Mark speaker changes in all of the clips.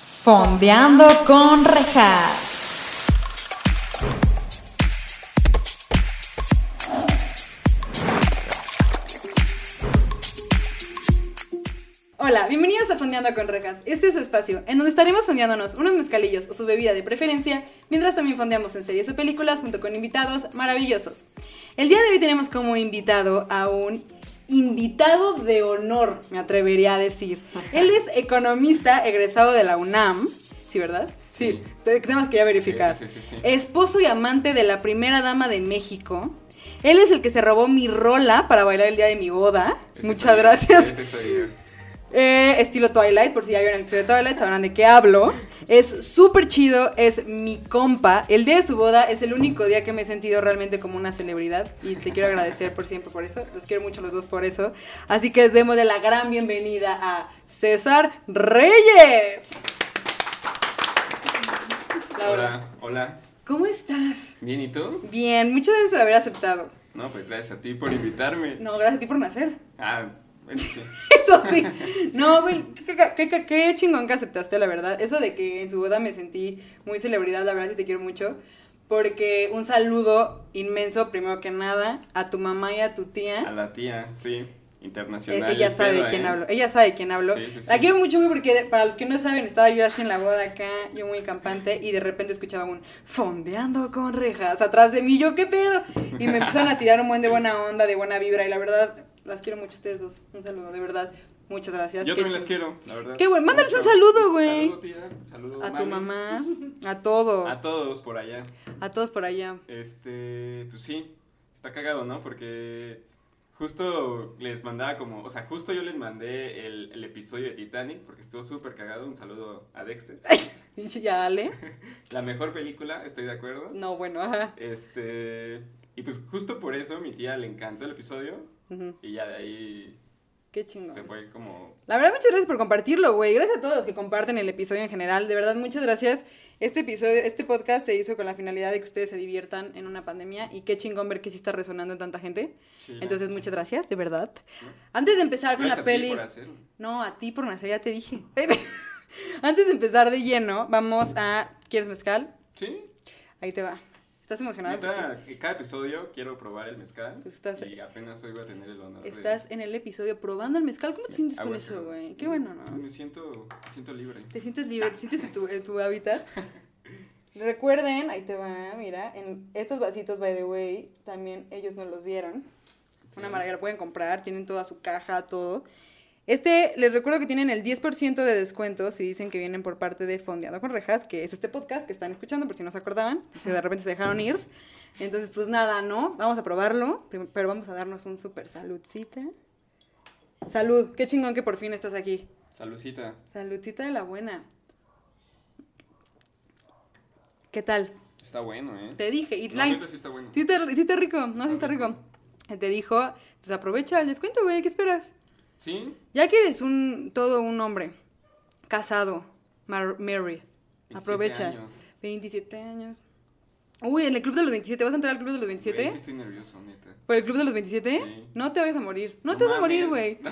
Speaker 1: Fondeando con rejas. Hola, bienvenidos a Fondeando con Rejas. Este es su espacio en donde estaremos fondeándonos unos mezcalillos o su bebida de preferencia, mientras también fondeamos en series o películas junto con invitados maravillosos. El día de hoy tenemos como invitado a un invitado de honor, me atrevería a decir. Él es economista egresado de la UNAM, ¿sí verdad? Sí, te- tenemos que ya verificar.
Speaker 2: Sí, sí, sí, sí.
Speaker 1: Esposo y amante de la primera dama de México. Él es el que se robó mi rola para bailar el día de mi boda.
Speaker 2: Ese soy
Speaker 1: Muchas
Speaker 2: yo,
Speaker 1: gracias.
Speaker 2: ese soy yo.
Speaker 1: Eh, estilo Twilight, por si ya vieron el episodio de Twilight, sabrán de qué hablo. Es súper chido, es mi compa. El día de su boda es el único día que me he sentido realmente como una celebridad. Y te quiero agradecer por siempre por eso. Los quiero mucho a los dos por eso. Así que démosle la gran bienvenida a César Reyes. Laura,
Speaker 2: Hola, hola.
Speaker 1: ¿cómo estás?
Speaker 2: Bien, ¿y tú?
Speaker 1: Bien, muchas gracias por haber aceptado.
Speaker 2: No, pues gracias a ti por invitarme.
Speaker 1: No, gracias a ti por nacer.
Speaker 2: Ah, bueno, sí.
Speaker 1: Eso sí. No, güey, qué, qué- qué- qué chingón que aceptaste, la verdad. Eso de que en su boda me sentí muy celebridad, la verdad sí te quiero mucho. Porque un saludo inmenso, primero que nada, a tu mamá y a tu
Speaker 2: A
Speaker 1: tía.
Speaker 2: la tía, sí.
Speaker 1: Eh,
Speaker 2: Internacional.
Speaker 1: ella
Speaker 2: el
Speaker 1: sabe
Speaker 2: pedo,
Speaker 1: de quién
Speaker 2: ¿eh?
Speaker 1: hablo. Ella sabe de quién hablo.
Speaker 2: Sí, sí, sí.
Speaker 1: La quiero mucho, güey, porque de- para los que no saben, estaba yo así en la boda acá, yo muy campante, y de repente escuchaba un fondeando con rejas atrás de mí. Yo, ¿qué pedo? Y me empezaron a tirar un buen de buena onda, de buena vibra. Y la verdad, las quiero mucho a ustedes dos. Un saludo, de verdad. Muchas gracias.
Speaker 2: Yo
Speaker 1: Qué
Speaker 2: también las
Speaker 1: chingón.
Speaker 2: quiero, la verdad.
Speaker 1: Qué bueno, mándales un
Speaker 2: Mucho.
Speaker 1: saludo, güey.
Speaker 2: Saludo, tía. Saludo,
Speaker 1: A tu
Speaker 2: mami.
Speaker 1: mamá, a todos,
Speaker 2: A todos por allá.
Speaker 1: a todos por allá.
Speaker 2: Este, pues sí, está cagado, ¿no? Porque justo les mandaba como, o sea, justo yo les mandé el, el episodio de Titanic porque estuvo súper cagado. Un saludo a Dexter.
Speaker 1: Pinche, Ya dale.
Speaker 2: La mejor película, estoy de acuerdo.
Speaker 1: No, bueno, ajá.
Speaker 2: Este, y pues justo por eso a mi tía le encantó el episodio
Speaker 1: Ujú,
Speaker 2: y ya de ahí
Speaker 1: Qué
Speaker 2: se
Speaker 1: chingón.
Speaker 2: fue como...
Speaker 1: La verdad, muchas gracias por compartirlo, güey. Gracias a todos los que comparten el episodio en general. De verdad, muchas gracias. Este episodio, este podcast se hizo con la finalidad de que ustedes se diviertan en una pandemia y qué chingón ver que sí está resonando en tanta gente.
Speaker 2: chido.
Speaker 1: Entonces, muchas gracias, de verdad.
Speaker 2: ¿No?
Speaker 1: Antes de empezar con
Speaker 2: Gracias
Speaker 1: la
Speaker 2: a ti
Speaker 1: peli...
Speaker 2: por hacerlo.
Speaker 1: No, a ti por nacer, ya te dije. Antes de empezar de lleno, vamos a... ¿Quieres mezcal?
Speaker 2: Sí,
Speaker 1: Ahí te va. ¿Estás emocionado?
Speaker 2: neta, eh, cada episodio quiero probar el mezcal
Speaker 1: Pues estás-
Speaker 2: y apenas hoy voy a tener el honor de-
Speaker 1: Estás en el episodio probando el mezcal. ¿Cómo te sientes
Speaker 2: Ah,
Speaker 1: con
Speaker 2: bueno,
Speaker 1: eso,
Speaker 2: pero-
Speaker 1: güey? Qué bueno, ¿no?
Speaker 2: Me siento, me siento libre.
Speaker 1: ¿Te sientes libre? ¿Te sientes en tu, en tu hábitat? Recuerden, ahí te va, mira, en estos vasitos, by the way, también ellos nos los dieron. Una maravilla, lo pueden comprar, tienen toda su caja, todo. Este, les recuerdo que tienen el 10% de descuento si dicen que vienen por parte de Fondeando con Rejas, que es este podcast que están escuchando, por si no se acordaban, si de repente se dejaron ir. Entonces, pues nada, ¿no? Vamos a probarlo, prim- pero vamos a darnos un súper saludcita. Salud, qué chingón que por fin estás aquí.
Speaker 2: Salucita.
Speaker 1: Saludcita de la buena. ¿Qué tal?
Speaker 2: Está bueno, ¿eh?
Speaker 1: Te dije, It
Speaker 2: No,
Speaker 1: Light.
Speaker 2: neta sí está bueno.
Speaker 1: Sí está, sí está rico, no, sí
Speaker 2: Está
Speaker 1: está rico.
Speaker 2: rico.
Speaker 1: Te dijo, entonces aprovecha el descuento, güey, ¿qué esperas?
Speaker 2: Sí,
Speaker 1: Ya que eres un, todo un hombre, casado, mar- married,
Speaker 2: 27
Speaker 1: aprovecha.
Speaker 2: años.
Speaker 1: 27 años. Uy, en el club de los 27, ¿vas a entrar al club de los 27?
Speaker 2: Güey, sí estoy nervioso, neta.
Speaker 1: ¿Por el club de los 27?
Speaker 2: Sí.
Speaker 1: No te vayas a morir, no, te vas a morir,
Speaker 2: mames.
Speaker 1: güey.
Speaker 2: No,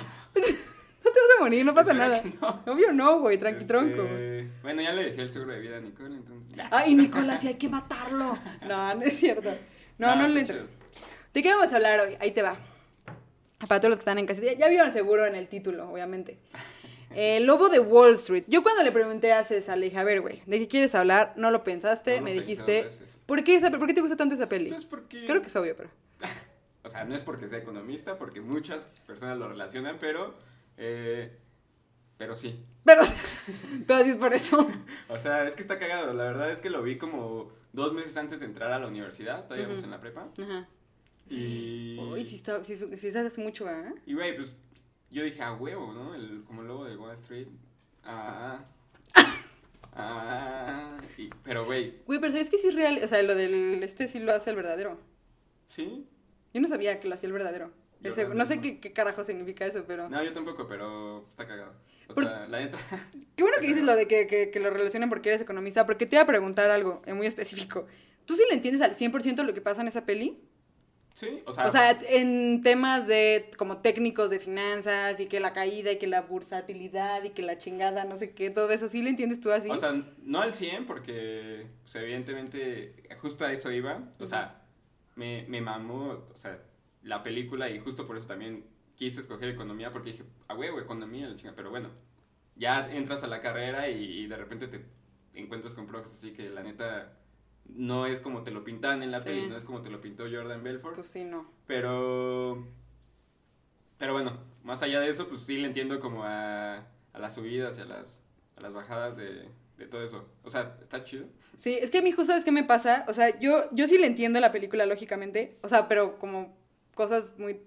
Speaker 1: No te vas a morir, no pasa
Speaker 2: Espero
Speaker 1: nada.
Speaker 2: que no.
Speaker 1: Obvio no, güey, tranqui
Speaker 2: este,
Speaker 1: tronco, güey.
Speaker 2: Bueno, ya le dejé el seguro de vida a Nicole, entonces.
Speaker 1: Ay, Nicolás, sí, hay que matarlo. No, no es cierto. No, no,
Speaker 2: No,
Speaker 1: le
Speaker 2: está
Speaker 1: entres. ¿De qué vamos a hablar hoy? Ahí te va. Para todos los que están en casa. Ya, ya vieron seguro en el título, obviamente. El lobo de Wall Street. Yo cuando le pregunté a César, le dije, a ver, güey, ¿de qué quieres hablar? No lo pensaste,
Speaker 2: No lo
Speaker 1: me
Speaker 2: pensé
Speaker 1: dijiste.
Speaker 2: dos veces.
Speaker 1: ¿Por qué, esa, ¿Por qué te gusta tanto esa peli?
Speaker 2: Pues porque.
Speaker 1: Creo que es obvio, pero.
Speaker 2: O sea, no es porque sea economista, porque muchas personas lo relacionan, pero. eh, pero sí.
Speaker 1: Pero, pero sí es por eso.
Speaker 2: O sea, es que está cagado. La verdad es que lo vi como dos meses antes de entrar a la universidad, todavía íbamos
Speaker 1: Ujú.
Speaker 2: en la prepa.
Speaker 1: Ajá.
Speaker 2: Y.
Speaker 1: Uy, sí, está, sí, sí estás hace mucho, ¿verdad?
Speaker 2: Y güey, pues yo dije a huevo, ¿no? El, como el lobo de Wall Street. Ah. ah. y- pero güey,
Speaker 1: Güey, pero ¿sabes que sí es real? O sea, lo del este sí lo hace el verdadero.
Speaker 2: ¿sí?
Speaker 1: Yo no sabía que lo hacía el verdadero.
Speaker 2: Yo
Speaker 1: Ese- no
Speaker 2: tampoco.
Speaker 1: sé qué, qué carajo significa eso, pero...
Speaker 2: No, yo tampoco, pero está cagado. O
Speaker 1: Por-
Speaker 2: sea, la neta.
Speaker 1: Qué bueno que dices lo de que, que- que lo relacionen porque eres economista, porque te iba a preguntar algo eh, muy específico. ¿Tú sí le entiendes al 100% lo que pasa en esa peli?
Speaker 2: Sí, o sea,
Speaker 1: O sea, en temas de como técnicos de finanzas y que la caída y que la bursatilidad y que la chingada, no sé qué, todo eso, ¿sí le entiendes tú así?
Speaker 2: o sea, no al 100 porque pues, evidentemente justo a eso iba. O sea, me, me mamó o sea, la película y justo por eso también quise escoger economía porque dije, a huevo, economía, la chinga. Pero bueno, ya entras a la carrera y, y de repente te encuentras con profes así que la neta no es como te lo pintan en la
Speaker 1: Sí.
Speaker 2: peli, no es como te lo pintó Jordan Belfort.
Speaker 1: pues sí, no.
Speaker 2: Pero. Pero bueno, más allá de eso, pues sí le entiendo como a, a las subidas y a las, a las bajadas de, de todo eso. O sea, está chido.
Speaker 1: Sí, es que a mí justo, ¿sabes qué me pasa? O sea, yo, yo sí le entiendo la película, lógicamente, o sea, pero como cosas muy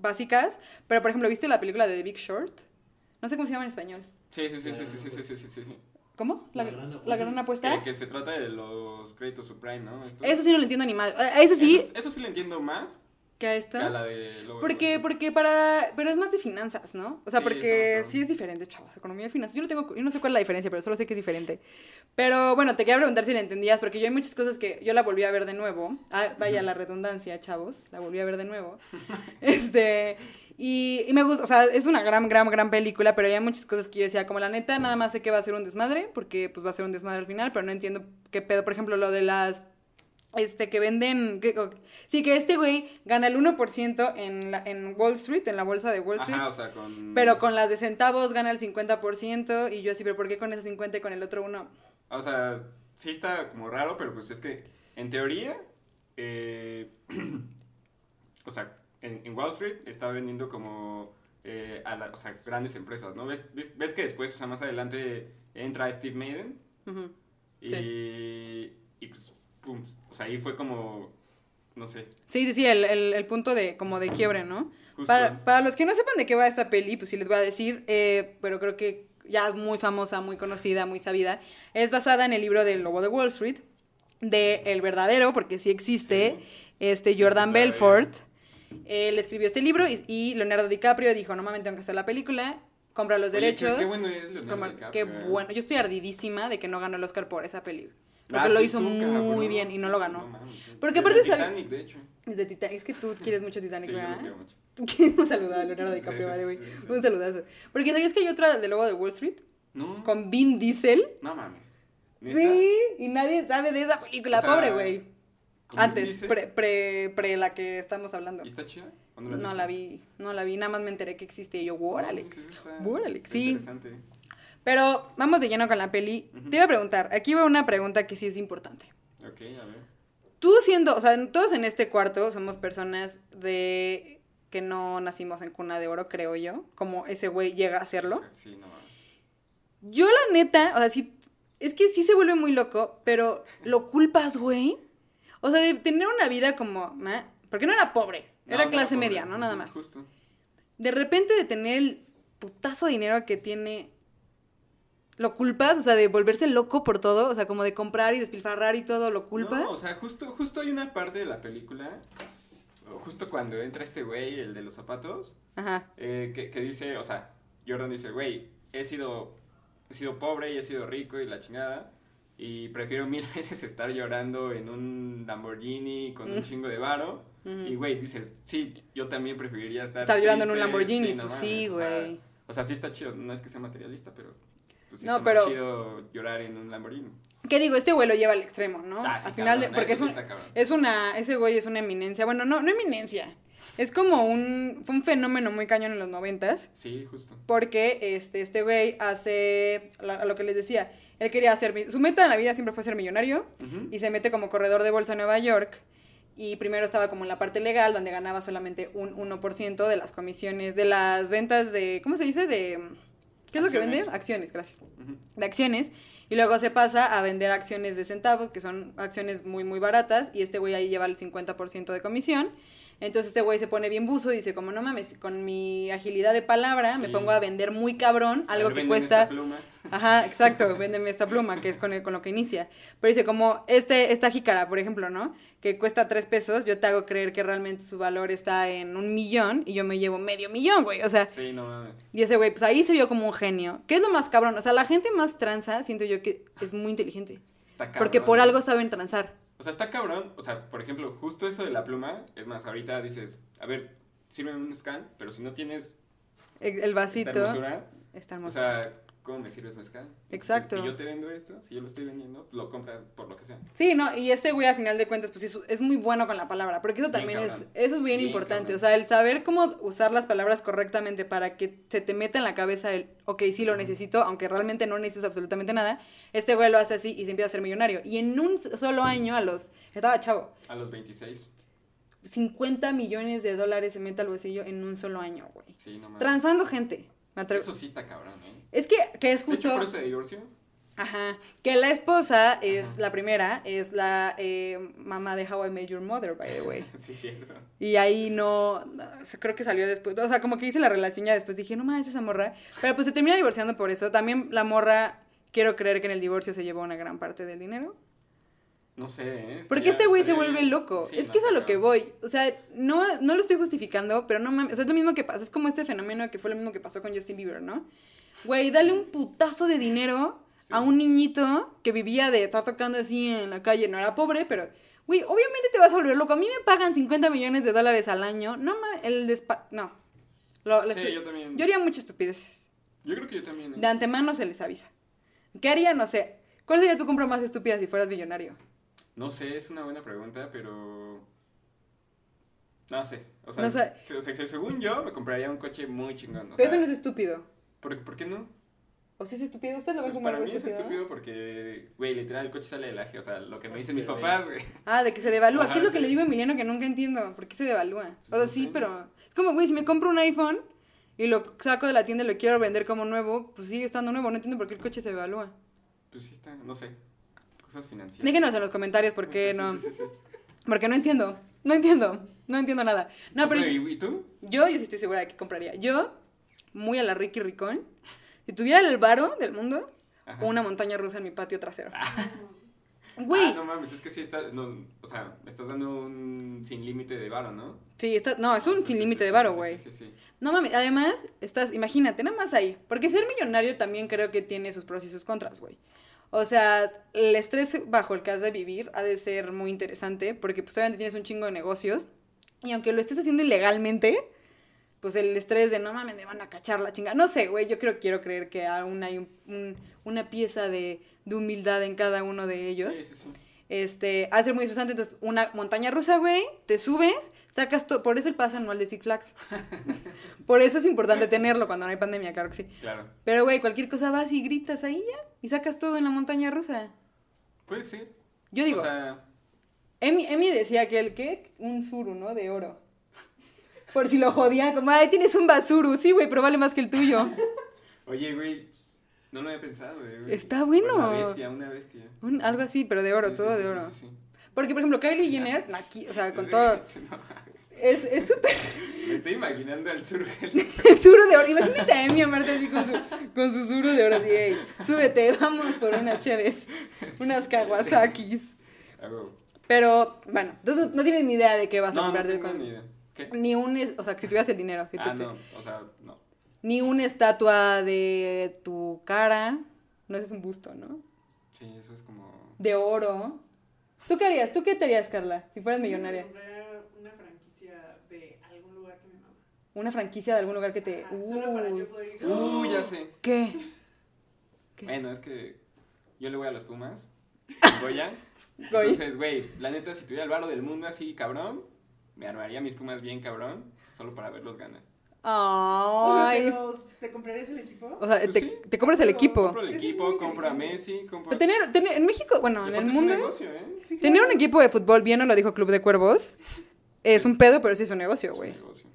Speaker 1: básicas, pero por ejemplo, ¿viste la película de The Big Short? No sé cómo se llama en español.
Speaker 2: Sí, sí, sí, sí, sí, sí, sí, sí, sí, sí, sí.
Speaker 1: ¿Cómo? La,
Speaker 3: La gran apuesta.
Speaker 1: la gran apuesta.
Speaker 2: Que, que se trata de los créditos subprime, ¿no? Esto-
Speaker 1: Eso sí no lo entiendo ni mal. A ese sí,
Speaker 2: Eso, eso sí le entiendo más
Speaker 1: que a
Speaker 2: que
Speaker 1: esta.
Speaker 2: a la de
Speaker 1: Porque,
Speaker 2: Lobo de Wall Street.
Speaker 1: porque para. Pero es más de finanzas, ¿no? O sea,
Speaker 2: Sí,
Speaker 1: porque
Speaker 2: estamos con-
Speaker 1: sí es diferente, chavas. Economía y finanzas. Yo no tengo. Yo no sé cuál es la diferencia, pero solo sé que es diferente. Pero bueno, te quería preguntar si la entendías, porque yo hay muchas cosas que yo la volví a ver de nuevo. Ah, vaya la redundancia, chavos. La volví a ver de nuevo. este. Y, y me gusta, o sea, es una gran, gran, gran película, pero hay muchas cosas que yo decía, como la neta, nada más sé que va a ser un desmadre, porque pues va a ser un desmadre al final, pero no entiendo qué pedo. Por ejemplo, lo de las este, que venden, que- o- sí, que este güey gana el 1% en, la, en Wall Street, en la bolsa de Wall Street,
Speaker 2: Ajá, o sea, con.
Speaker 1: pero con las de centavos gana el 50%, y yo así, pero ¿por qué con ese 50 y con el otro uno?
Speaker 2: O sea, sí está como raro, pero pues es que en teoría, eh, o sea, en, en Wall Street está vendiendo como eh, a la- o sea, grandes empresas, ¿no? ¿Ves, ves, ves que después, o sea, más adelante entra Steve Maiden
Speaker 1: Ujú.
Speaker 2: y, y pues, pum, o sea, ahí fue como, no sé,
Speaker 1: Sí, sí, sí, el, el- el punto de, como de quiebre, ¿no?
Speaker 2: justo.
Speaker 1: Para, para los que no sepan de qué va esta peli, pues sí les voy a decir, eh, pero creo que ya es muy famosa, muy conocida, muy sabida. Es basada en el libro del Lobo de Wall Street, de El Verdadero, porque sí existe,
Speaker 2: Sí.
Speaker 1: este Jordan
Speaker 2: Verdadero.
Speaker 1: Belfort. Él escribió este libro y, y Leonardo DiCaprio dijo, no mames, tengo que hacer la película, compra los
Speaker 2: Oye, qué-
Speaker 1: derechos.
Speaker 2: Qué bueno es Leonardo
Speaker 1: compra-
Speaker 2: DiCaprio,
Speaker 1: qué
Speaker 2: ¿eh?
Speaker 1: bueno. Yo estoy ardidísima de que no ganó el Oscar por esa peli. Porque
Speaker 2: Ah,
Speaker 1: lo
Speaker 2: sí,
Speaker 1: hizo
Speaker 2: tú,
Speaker 1: muy
Speaker 2: cabrón.
Speaker 1: bien y no lo ganó.
Speaker 2: No mames, sí.
Speaker 1: Porque
Speaker 2: De
Speaker 1: aparte sabe-
Speaker 2: Titanic, de hecho.
Speaker 1: De Titanic- Es que tú quieres mucho Titanic,
Speaker 2: Sí, yo lo
Speaker 1: ¿verdad?
Speaker 2: quiero mucho.
Speaker 1: un saludo a Leonardo
Speaker 2: Sí,
Speaker 1: DiCaprio,
Speaker 2: sí,
Speaker 1: vale,
Speaker 2: sí,
Speaker 1: güey.
Speaker 2: sí, sí.
Speaker 1: Un saludazo. Porque sabías que hay otra de Lobo de Wall Street
Speaker 2: No,
Speaker 1: con Vin Diesel.
Speaker 2: no mames. ¿Neta?
Speaker 1: Sí, y nadie sabe de esa película,
Speaker 2: O sea,
Speaker 1: pobre güey.
Speaker 2: ¿Con Vin
Speaker 1: Antes,
Speaker 2: Diesel?
Speaker 1: pre, pre, pre la que estamos hablando.
Speaker 2: ¿Y está chida? ¿O has
Speaker 1: No
Speaker 2: visto?
Speaker 1: la vi, no la vi, nada más me enteré que existe y yo, "Wow, Alex,
Speaker 2: Sí, sí, está-
Speaker 1: wow,
Speaker 2: está
Speaker 1: Alex, sí.
Speaker 2: interesante.
Speaker 1: Pero vamos de lleno con la peli.
Speaker 2: Ujú.
Speaker 1: Te iba a preguntar, aquí va una pregunta que sí es importante.
Speaker 2: Ok, a ver.
Speaker 1: Tú siendo, o sea, todos en este cuarto somos personas de que no nacimos en cuna de oro, creo yo, como ese güey llega a hacerlo.
Speaker 2: Sí, no.
Speaker 1: Yo la neta, o sea, sí, es que sí se vuelve muy loco, pero lo culpas, güey. O sea, de tener una vida como, ma, porque no era pobre,
Speaker 2: No,
Speaker 1: era
Speaker 2: no,
Speaker 1: clase
Speaker 2: pobre,
Speaker 1: media, ¿no? Nada más.
Speaker 2: Justo.
Speaker 1: De repente de tener el putazo de dinero que tiene, lo culpas, o sea, de volverse loco por todo, o sea, como de comprar y despilfarrar y todo, lo culpas.
Speaker 2: No, o sea, justo, justo hay una parte de la película, o justo cuando entra este güey, el de los zapatos,
Speaker 1: Ajá.
Speaker 2: eh, que, que dice, o sea, Jordan dice, güey, he sido, he sido pobre y he sido rico y la chingada. Y prefiero mil veces estar llorando en un Lamborghini con un
Speaker 1: Mm.
Speaker 2: chingo de varo.
Speaker 1: Ujú.
Speaker 2: Y, güey, dices, sí, yo también preferiría estar...
Speaker 1: Mm. Estar llorando en un
Speaker 2: triste,
Speaker 1: Lamborghini,
Speaker 2: no
Speaker 1: pues
Speaker 2: mames,
Speaker 1: sí,
Speaker 2: o sea,
Speaker 1: güey.
Speaker 2: O sea, sí está chido, no es que sea materialista, pero pues sí
Speaker 1: No,
Speaker 2: está más
Speaker 1: pero-
Speaker 2: chido llorar en un Lamborghini.
Speaker 1: ¿Qué digo? Este güey lo lleva al extremo, ¿no?
Speaker 2: Ah, sí,
Speaker 1: al final,
Speaker 2: cabrón,
Speaker 1: de-
Speaker 2: eso
Speaker 1: porque es
Speaker 2: sí
Speaker 1: un,
Speaker 2: está cabrón.
Speaker 1: Es una, ese güey es una eminencia. Bueno, no, no eminencia. Es como un, fue un fenómeno muy cañón en los noventas.
Speaker 2: Sí, justo.
Speaker 1: Porque este, este güey hace la- lo que les decía. Él quería ser, mi- su meta en la vida siempre fue ser millonario.
Speaker 2: Ujú.
Speaker 1: Y se mete como corredor de bolsa en Nueva York. Y primero estaba como en la parte legal, donde ganaba solamente un 1% de las comisiones, de las ventas de, ¿cómo se dice? De, ¿qué es lo que vende?
Speaker 2: Acciones.
Speaker 1: Acciones, gracias
Speaker 2: Ujú.
Speaker 1: de acciones y luego se pasa a vender acciones de centavos, que son acciones muy muy baratas y este güey ahí lleva el 50% de comisión. Entonces este güey se pone bien buzo y dice como no mames, con mi agilidad de palabra me
Speaker 2: Sí.
Speaker 1: pongo a vender muy cabrón algo
Speaker 2: A
Speaker 1: que
Speaker 2: ver, véndeme
Speaker 1: cuesta
Speaker 2: esta pluma.
Speaker 1: Ajá, exacto, véndeme esta pluma, que es con, el- con lo que inicia. Pero dice, como este, esta jícara, por ejemplo, ¿no? Que cuesta tres pesos, yo te hago creer que realmente su valor está en un millón y yo me llevo medio millón, güey. O sea,
Speaker 2: Sí, no mames.
Speaker 1: y ese güey, pues ahí se vio como un genio. ¿Qué es lo más cabrón? O sea, la gente más tranza, siento yo que es muy inteligente.
Speaker 2: Está cabrón.
Speaker 1: Porque por algo saben transar.
Speaker 2: O sea, está cabrón. O sea, por ejemplo, justo eso de la pluma. Es más, ahorita dices, a ver, sírveme un scan, pero si no tienes
Speaker 1: El el vasito
Speaker 2: esta hermosura,
Speaker 1: está
Speaker 2: o
Speaker 1: hermoso.
Speaker 2: sea, ¿cómo me sirves mezcal?
Speaker 1: Exacto.
Speaker 2: Si yo te vendo esto, si yo lo estoy vendiendo, lo compras por lo que sea.
Speaker 1: sí, no, y este güey al final de cuentas pues es, es muy bueno con la palabra, porque eso
Speaker 2: Bien
Speaker 1: también es,
Speaker 2: cabrón.
Speaker 1: eso es bien,
Speaker 2: Bien
Speaker 1: importante,
Speaker 2: cabrón.
Speaker 1: o sea, el saber cómo usar las palabras correctamente para que se te meta en la cabeza el, ok, sí lo necesito, aunque realmente no necesitas absolutamente nada, este güey lo hace así y se empieza a ser millonario. Y en un solo año a los, estaba chavo,
Speaker 2: A los 26.
Speaker 1: 50 millones de dólares se mete al bolsillo en un solo año, güey.
Speaker 2: Sí, no más.
Speaker 1: Transando gente. Me atrevo-
Speaker 2: Eso sí está cabrón, ¿eh?
Speaker 1: Es que, que es
Speaker 2: Justo.
Speaker 1: justo...
Speaker 2: por eso de divorcio?
Speaker 1: Ajá. Que la esposa es
Speaker 2: Ajá.
Speaker 1: la primera, es la eh, mamá de How I Met Your Mother, by the way.
Speaker 2: Sí, cierto.
Speaker 1: Y ahí no, no, se- creo que salió después, o sea, como que hice la relación ya después, dije, no mames, esa morra. Pero pues se termina divorciando por eso. También la morra, quiero creer que en el divorcio se llevó una gran parte del dinero.
Speaker 2: No sé, ¿eh?
Speaker 1: Porque este güey se vuelve loco. es que es a lo que
Speaker 2: voy.
Speaker 1: voy. O sea, no, no lo estoy justificando, pero no mames. O sea, es lo mismo que pasa. Es como este fenómeno que fue lo mismo que pasó con Justin Bieber, ¿no? Güey, dale un putazo de dinero
Speaker 2: Sí.
Speaker 1: a un niñito que vivía de estar tocando así en la calle. No era pobre, pero. Güey, obviamente te vas a volver loco. A mí me pagan 50 millones de dólares al año. No mames, el despa. No. Lo- lo
Speaker 2: Sí,
Speaker 1: estoy-
Speaker 2: yo
Speaker 1: yo,
Speaker 2: también.
Speaker 1: haría muchas estupideces.
Speaker 2: Yo creo que yo también. ¿eh?
Speaker 1: De antemano se les avisa. ¿Qué haría? No sé. ¿Cuál sería tu compra más estúpida si fueras millonario?
Speaker 2: No sé, es una buena pregunta, pero. No sé. O sea,
Speaker 1: No sé.
Speaker 2: se- se- se- según yo, me compraría un coche muy chingón. o
Speaker 1: Pero
Speaker 2: sea,
Speaker 1: eso no es estúpido.
Speaker 2: ¿por, por qué no?
Speaker 1: ¿O si es estúpido? ¿Ustedes lo ven
Speaker 2: Pues
Speaker 1: como
Speaker 2: para
Speaker 1: algo
Speaker 2: mí
Speaker 1: estúpido?
Speaker 2: es estúpido porque, güey, literal, el coche sale del aje. O sea, lo que me
Speaker 3: Está
Speaker 2: dicen mis
Speaker 3: súper
Speaker 2: papás, güey.
Speaker 1: Ah, de que se devalúa.
Speaker 2: Ajá,
Speaker 1: ¿Qué es lo que
Speaker 2: sí.
Speaker 1: le digo a Emiliano que nunca entiendo? ¿Por qué se devalúa? O sea,
Speaker 2: No
Speaker 1: sí,
Speaker 2: sé.
Speaker 1: pero... Es como, güey, si me compro un iPhone y lo saco de la tienda y lo quiero vender como nuevo, pues sigue estando nuevo. No entiendo por qué el coche se devalúa.
Speaker 2: Pues sí está, no sé. Cosas financieras.
Speaker 1: Déjenos en los comentarios por qué
Speaker 2: Sí,
Speaker 1: no...
Speaker 2: sí, sí, sí, sí.
Speaker 1: Porque no entiendo. No entiendo. No entiendo nada. No, pero...
Speaker 2: ¿Y y tú?
Speaker 1: Yo, yo sí estoy segura de que compraría. Yo, muy a la Ricky Ricón, si tuviera el varo del mundo,
Speaker 2: Ajá.
Speaker 1: una montaña rusa en mi patio trasero.
Speaker 2: Ah,
Speaker 1: Güey,
Speaker 2: no mames, es que sí está. No, o sea, me estás dando un sin límite de varo, ¿no?
Speaker 1: sí, está, no, es
Speaker 2: Sí,
Speaker 1: un
Speaker 2: sí,
Speaker 1: sin
Speaker 2: Ah, sí,
Speaker 1: límite
Speaker 2: sí,
Speaker 1: de varo,
Speaker 2: sí,
Speaker 1: güey.
Speaker 2: Sí, sí, sí.
Speaker 1: No mames, además, estás, imagínate, nada más ahí. Porque ser millonario también creo que tiene sus pros y sus contras, güey. O sea, el estrés bajo el que has de vivir ha de ser muy interesante, porque pues obviamente tienes un chingo de negocios, y aunque lo estés haciendo ilegalmente, pues el estrés de no mames, me van a cachar la chinga. No sé, güey, yo creo, quiero creer que aún hay un- un- una pieza de, de humildad en cada uno de ellos.
Speaker 2: Sí, sí, sí.
Speaker 1: Este, ha de ser muy estresante, entonces una montaña rusa, güey, te subes, sacas todo, por eso el paso anual de Six Flags. por eso es importante tenerlo cuando no hay pandemia, claro que sí.
Speaker 2: Claro.
Speaker 1: Pero, güey, cualquier cosa vas y gritas ahí ya y sacas todo en la montaña rusa.
Speaker 2: Pues sí.
Speaker 1: Yo digo,
Speaker 2: O sea,
Speaker 1: Emi, Emi decía que el que un suru, ¿no? De oro. Por si lo jodían, como, ay, tienes un basuru. Sí, güey, pero vale más que el tuyo.
Speaker 2: oye, güey, no lo había pensado, eh, güey.
Speaker 1: Está bueno.
Speaker 2: Una bestia, una bestia.
Speaker 1: Un- algo así, pero de oro,
Speaker 2: Sí,
Speaker 1: todo
Speaker 2: sí,
Speaker 1: de
Speaker 2: sí,
Speaker 1: oro.
Speaker 2: sí, sí.
Speaker 1: Porque, por ejemplo, Kylie Jenner, aquí, o sea, con
Speaker 2: Sí,
Speaker 1: todo.
Speaker 2: sí, no,
Speaker 1: Es es súper.
Speaker 2: Me estoy imaginando al sur.
Speaker 1: El suru de oro. Imagínate a Emi amarte así con su, con su suru de oro. Así, "Ey, súbete, vamos por unas cheves. Unas kawasakis.
Speaker 2: Hago-
Speaker 1: Pero, bueno, entonces no tienes ni idea de qué vas a
Speaker 2: Ah, No, no
Speaker 1: comprar. de-
Speaker 2: tengo
Speaker 1: con-
Speaker 2: ni idea. ¿Qué?
Speaker 1: ni un. es- O sea, si tuvieras el dinero. Si tú
Speaker 2: Ah,
Speaker 1: te-
Speaker 2: no, o sea, no.
Speaker 1: Ni una estatua de tu cara. No, ese es un busto, ¿no?
Speaker 2: Sí, eso es como...
Speaker 1: De oro. ¿Tú qué harías? ¿Tú qué te harías, Carla? Si fueras millonaria.
Speaker 3: Compraría una franquicia de algún lugar que me mama.
Speaker 1: Una franquicia de algún lugar que te.
Speaker 3: Ajá, Solo para
Speaker 1: Uy.
Speaker 3: yo poder ir.
Speaker 2: Uh, ya sé.
Speaker 1: ¿Qué? ¿Qué?
Speaker 2: Bueno, es que yo le voy a los Pumas. en Goya.
Speaker 1: Goy.
Speaker 2: Entonces, güey, la neta, si tuviera el varo del mundo así, cabrón, me armaría mis Pumas bien cabrón, solo para verlos ganar.
Speaker 1: Ay.
Speaker 3: Uno de los- ¿Te comprarías el equipo?
Speaker 1: O sea,
Speaker 2: Pues
Speaker 1: te,
Speaker 2: sí.
Speaker 1: te compras el equipo.
Speaker 2: Compro el
Speaker 3: Eso es
Speaker 2: equipo,
Speaker 3: muy
Speaker 2: compro a
Speaker 3: inteligente.
Speaker 2: Messi, compro...
Speaker 1: Pero tener, tener- en México, bueno, en
Speaker 2: Deporte
Speaker 1: el
Speaker 2: es un
Speaker 1: mundo,
Speaker 2: negocio, ¿eh?
Speaker 3: Sí,
Speaker 1: tener
Speaker 3: claro.
Speaker 1: un equipo de fútbol bien, no lo dijo Club de Cuervos, es un pedo, pero sí es un negocio,
Speaker 2: Es un
Speaker 1: güey.
Speaker 2: negocio.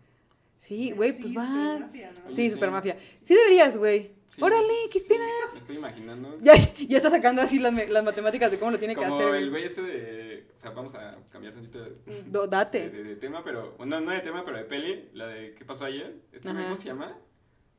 Speaker 1: Sí, güey, pues
Speaker 3: Sí,
Speaker 1: va.
Speaker 3: supermafia, ¿no?
Speaker 1: Sí,
Speaker 2: Sí.
Speaker 1: super mafia. Sí deberías, güey.
Speaker 2: Sí,
Speaker 1: Órale,
Speaker 2: sí,
Speaker 1: ¿qué esperas?
Speaker 2: Me estoy imaginando.
Speaker 1: Ya, ya está sacando así las, me- las matemáticas de cómo lo tiene que
Speaker 2: como
Speaker 1: hacer,
Speaker 2: el
Speaker 1: güey. Mm,
Speaker 2: güey este de. O sea, vamos a cambiar tantito de,
Speaker 1: Do-
Speaker 2: de,
Speaker 1: date.
Speaker 2: de- de tema, pero. No, no de tema, pero de peli. La de ¿Qué pasó ayer? Este
Speaker 1: Ajá.
Speaker 2: güey, ¿Cómo se llama?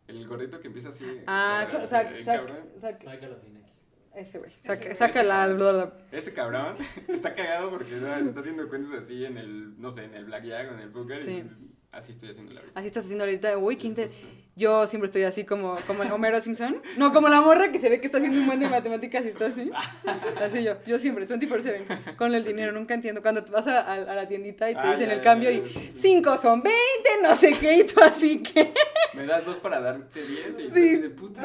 Speaker 2: El gordito que empieza así.
Speaker 1: Ah,
Speaker 2: el-
Speaker 1: co-
Speaker 2: el-
Speaker 1: sac,
Speaker 2: el
Speaker 1: sac,
Speaker 2: cabrón.
Speaker 1: sac-
Speaker 3: Sácalo, Finex.
Speaker 1: ese güey. Saca,
Speaker 3: Ese
Speaker 1: saca
Speaker 2: güey.
Speaker 1: la. bla, bla.
Speaker 2: Ese cabrón está cagado porque ¿no? se está haciendo cuentas así en el. No sé, en el Blackjack o en el Booker.
Speaker 1: Sí.
Speaker 2: Y Así estoy haciendo la vida.
Speaker 1: Así estás haciendo ahorita, uy, qué inter... Yo siempre estoy así como, como el Homero Simpson. No, como la morra que se ve que está haciendo un buen de matemáticas y está así. Así yo, yo siempre, 24-7, con el dinero, nunca entiendo. Cuando te vas a, a- a la tiendita y te
Speaker 2: Ah,
Speaker 1: dicen
Speaker 2: ya,
Speaker 1: el
Speaker 2: ya,
Speaker 1: cambio
Speaker 2: ya,
Speaker 1: y
Speaker 2: ya, sí.
Speaker 1: 5 son 20, no sé qué, y tú así que.
Speaker 2: Me das dos para darte diez
Speaker 1: Sí.
Speaker 2: y sí. de puta.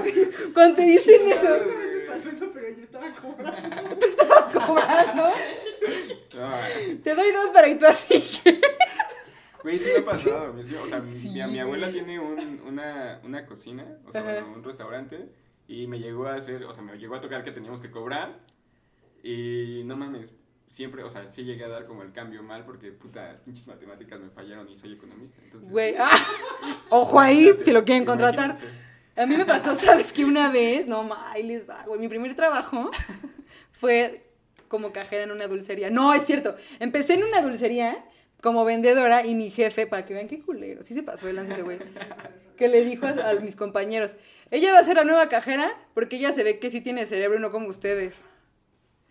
Speaker 1: Cuando te dicen eso,
Speaker 3: Una vez me pasó eso, pero yo estaba cobrando.
Speaker 1: tú estabas cobrando.
Speaker 2: No,
Speaker 1: Te doy dos para y tú así que.
Speaker 2: Güey, sí me ha pasado. me- O sea, mi-
Speaker 1: Sí,
Speaker 2: mi, mi abuela
Speaker 1: güey.
Speaker 2: tiene un- una, una cocina, o sea,
Speaker 1: Ajá.
Speaker 2: bueno, un restaurante, y me llegó a hacer, o sea, me llegó a tocar que teníamos que cobrar, y no mames, siempre, o sea, sí llegué a dar como el cambio mal, porque puta, pinches matemáticas me fallaron y soy economista, entonces...
Speaker 1: Güey, ah, ojo ahí, si lo quieren
Speaker 2: Imagínense.
Speaker 1: contratar. A mí me pasó, ¿sabes que Una vez, no, ma, ahí les va, güey. Mi primer trabajo fue como cajera en una dulcería. No, es cierto. Empecé en una dulcería como vendedora y mi jefe, para que vean qué culero, sí se pasó el lance ese güey, que le dijo a, a mis compañeros, ella va a ser la nueva cajera porque ella se ve que sí tiene cerebro y no como ustedes.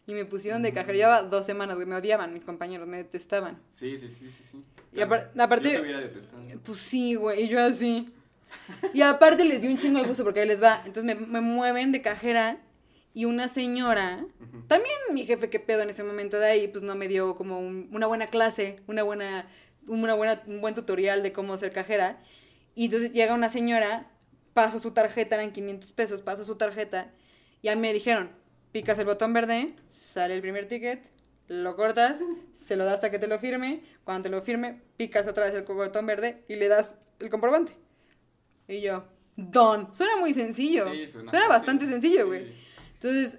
Speaker 1: Y me pusieron de cajera, llevaba dos semanas, güey, me odiaban mis compañeros, me detestaban.
Speaker 2: Sí, sí, sí, sí, sí.
Speaker 1: Y apar- aparte-
Speaker 2: Yo te hubiera detestado.
Speaker 1: Pues sí, güey, y yo así. Y aparte les di un chingo de gusto porque ahí les va. Entonces me, me mueven de cajera y una señora,
Speaker 2: Ujú.
Speaker 1: también mi jefe que pedo en ese momento de ahí, pues no me dio como un- una buena clase, una buena, una buena, un buen tutorial de cómo ser cajera. Y entonces llega una señora, paso su tarjeta, eran 500 pesos, paso su tarjeta. Y a mí me dijeron, picas el botón verde, sale el primer ticket, lo cortas, se lo das hasta que te lo firme. Cuando te lo firme, picas otra vez el botón verde y le das el comprobante. Y yo, don. Suena muy sencillo.
Speaker 2: Sí,
Speaker 1: suena
Speaker 2: fácil.
Speaker 1: bastante sencillo, güey.
Speaker 2: Sí.
Speaker 1: Entonces,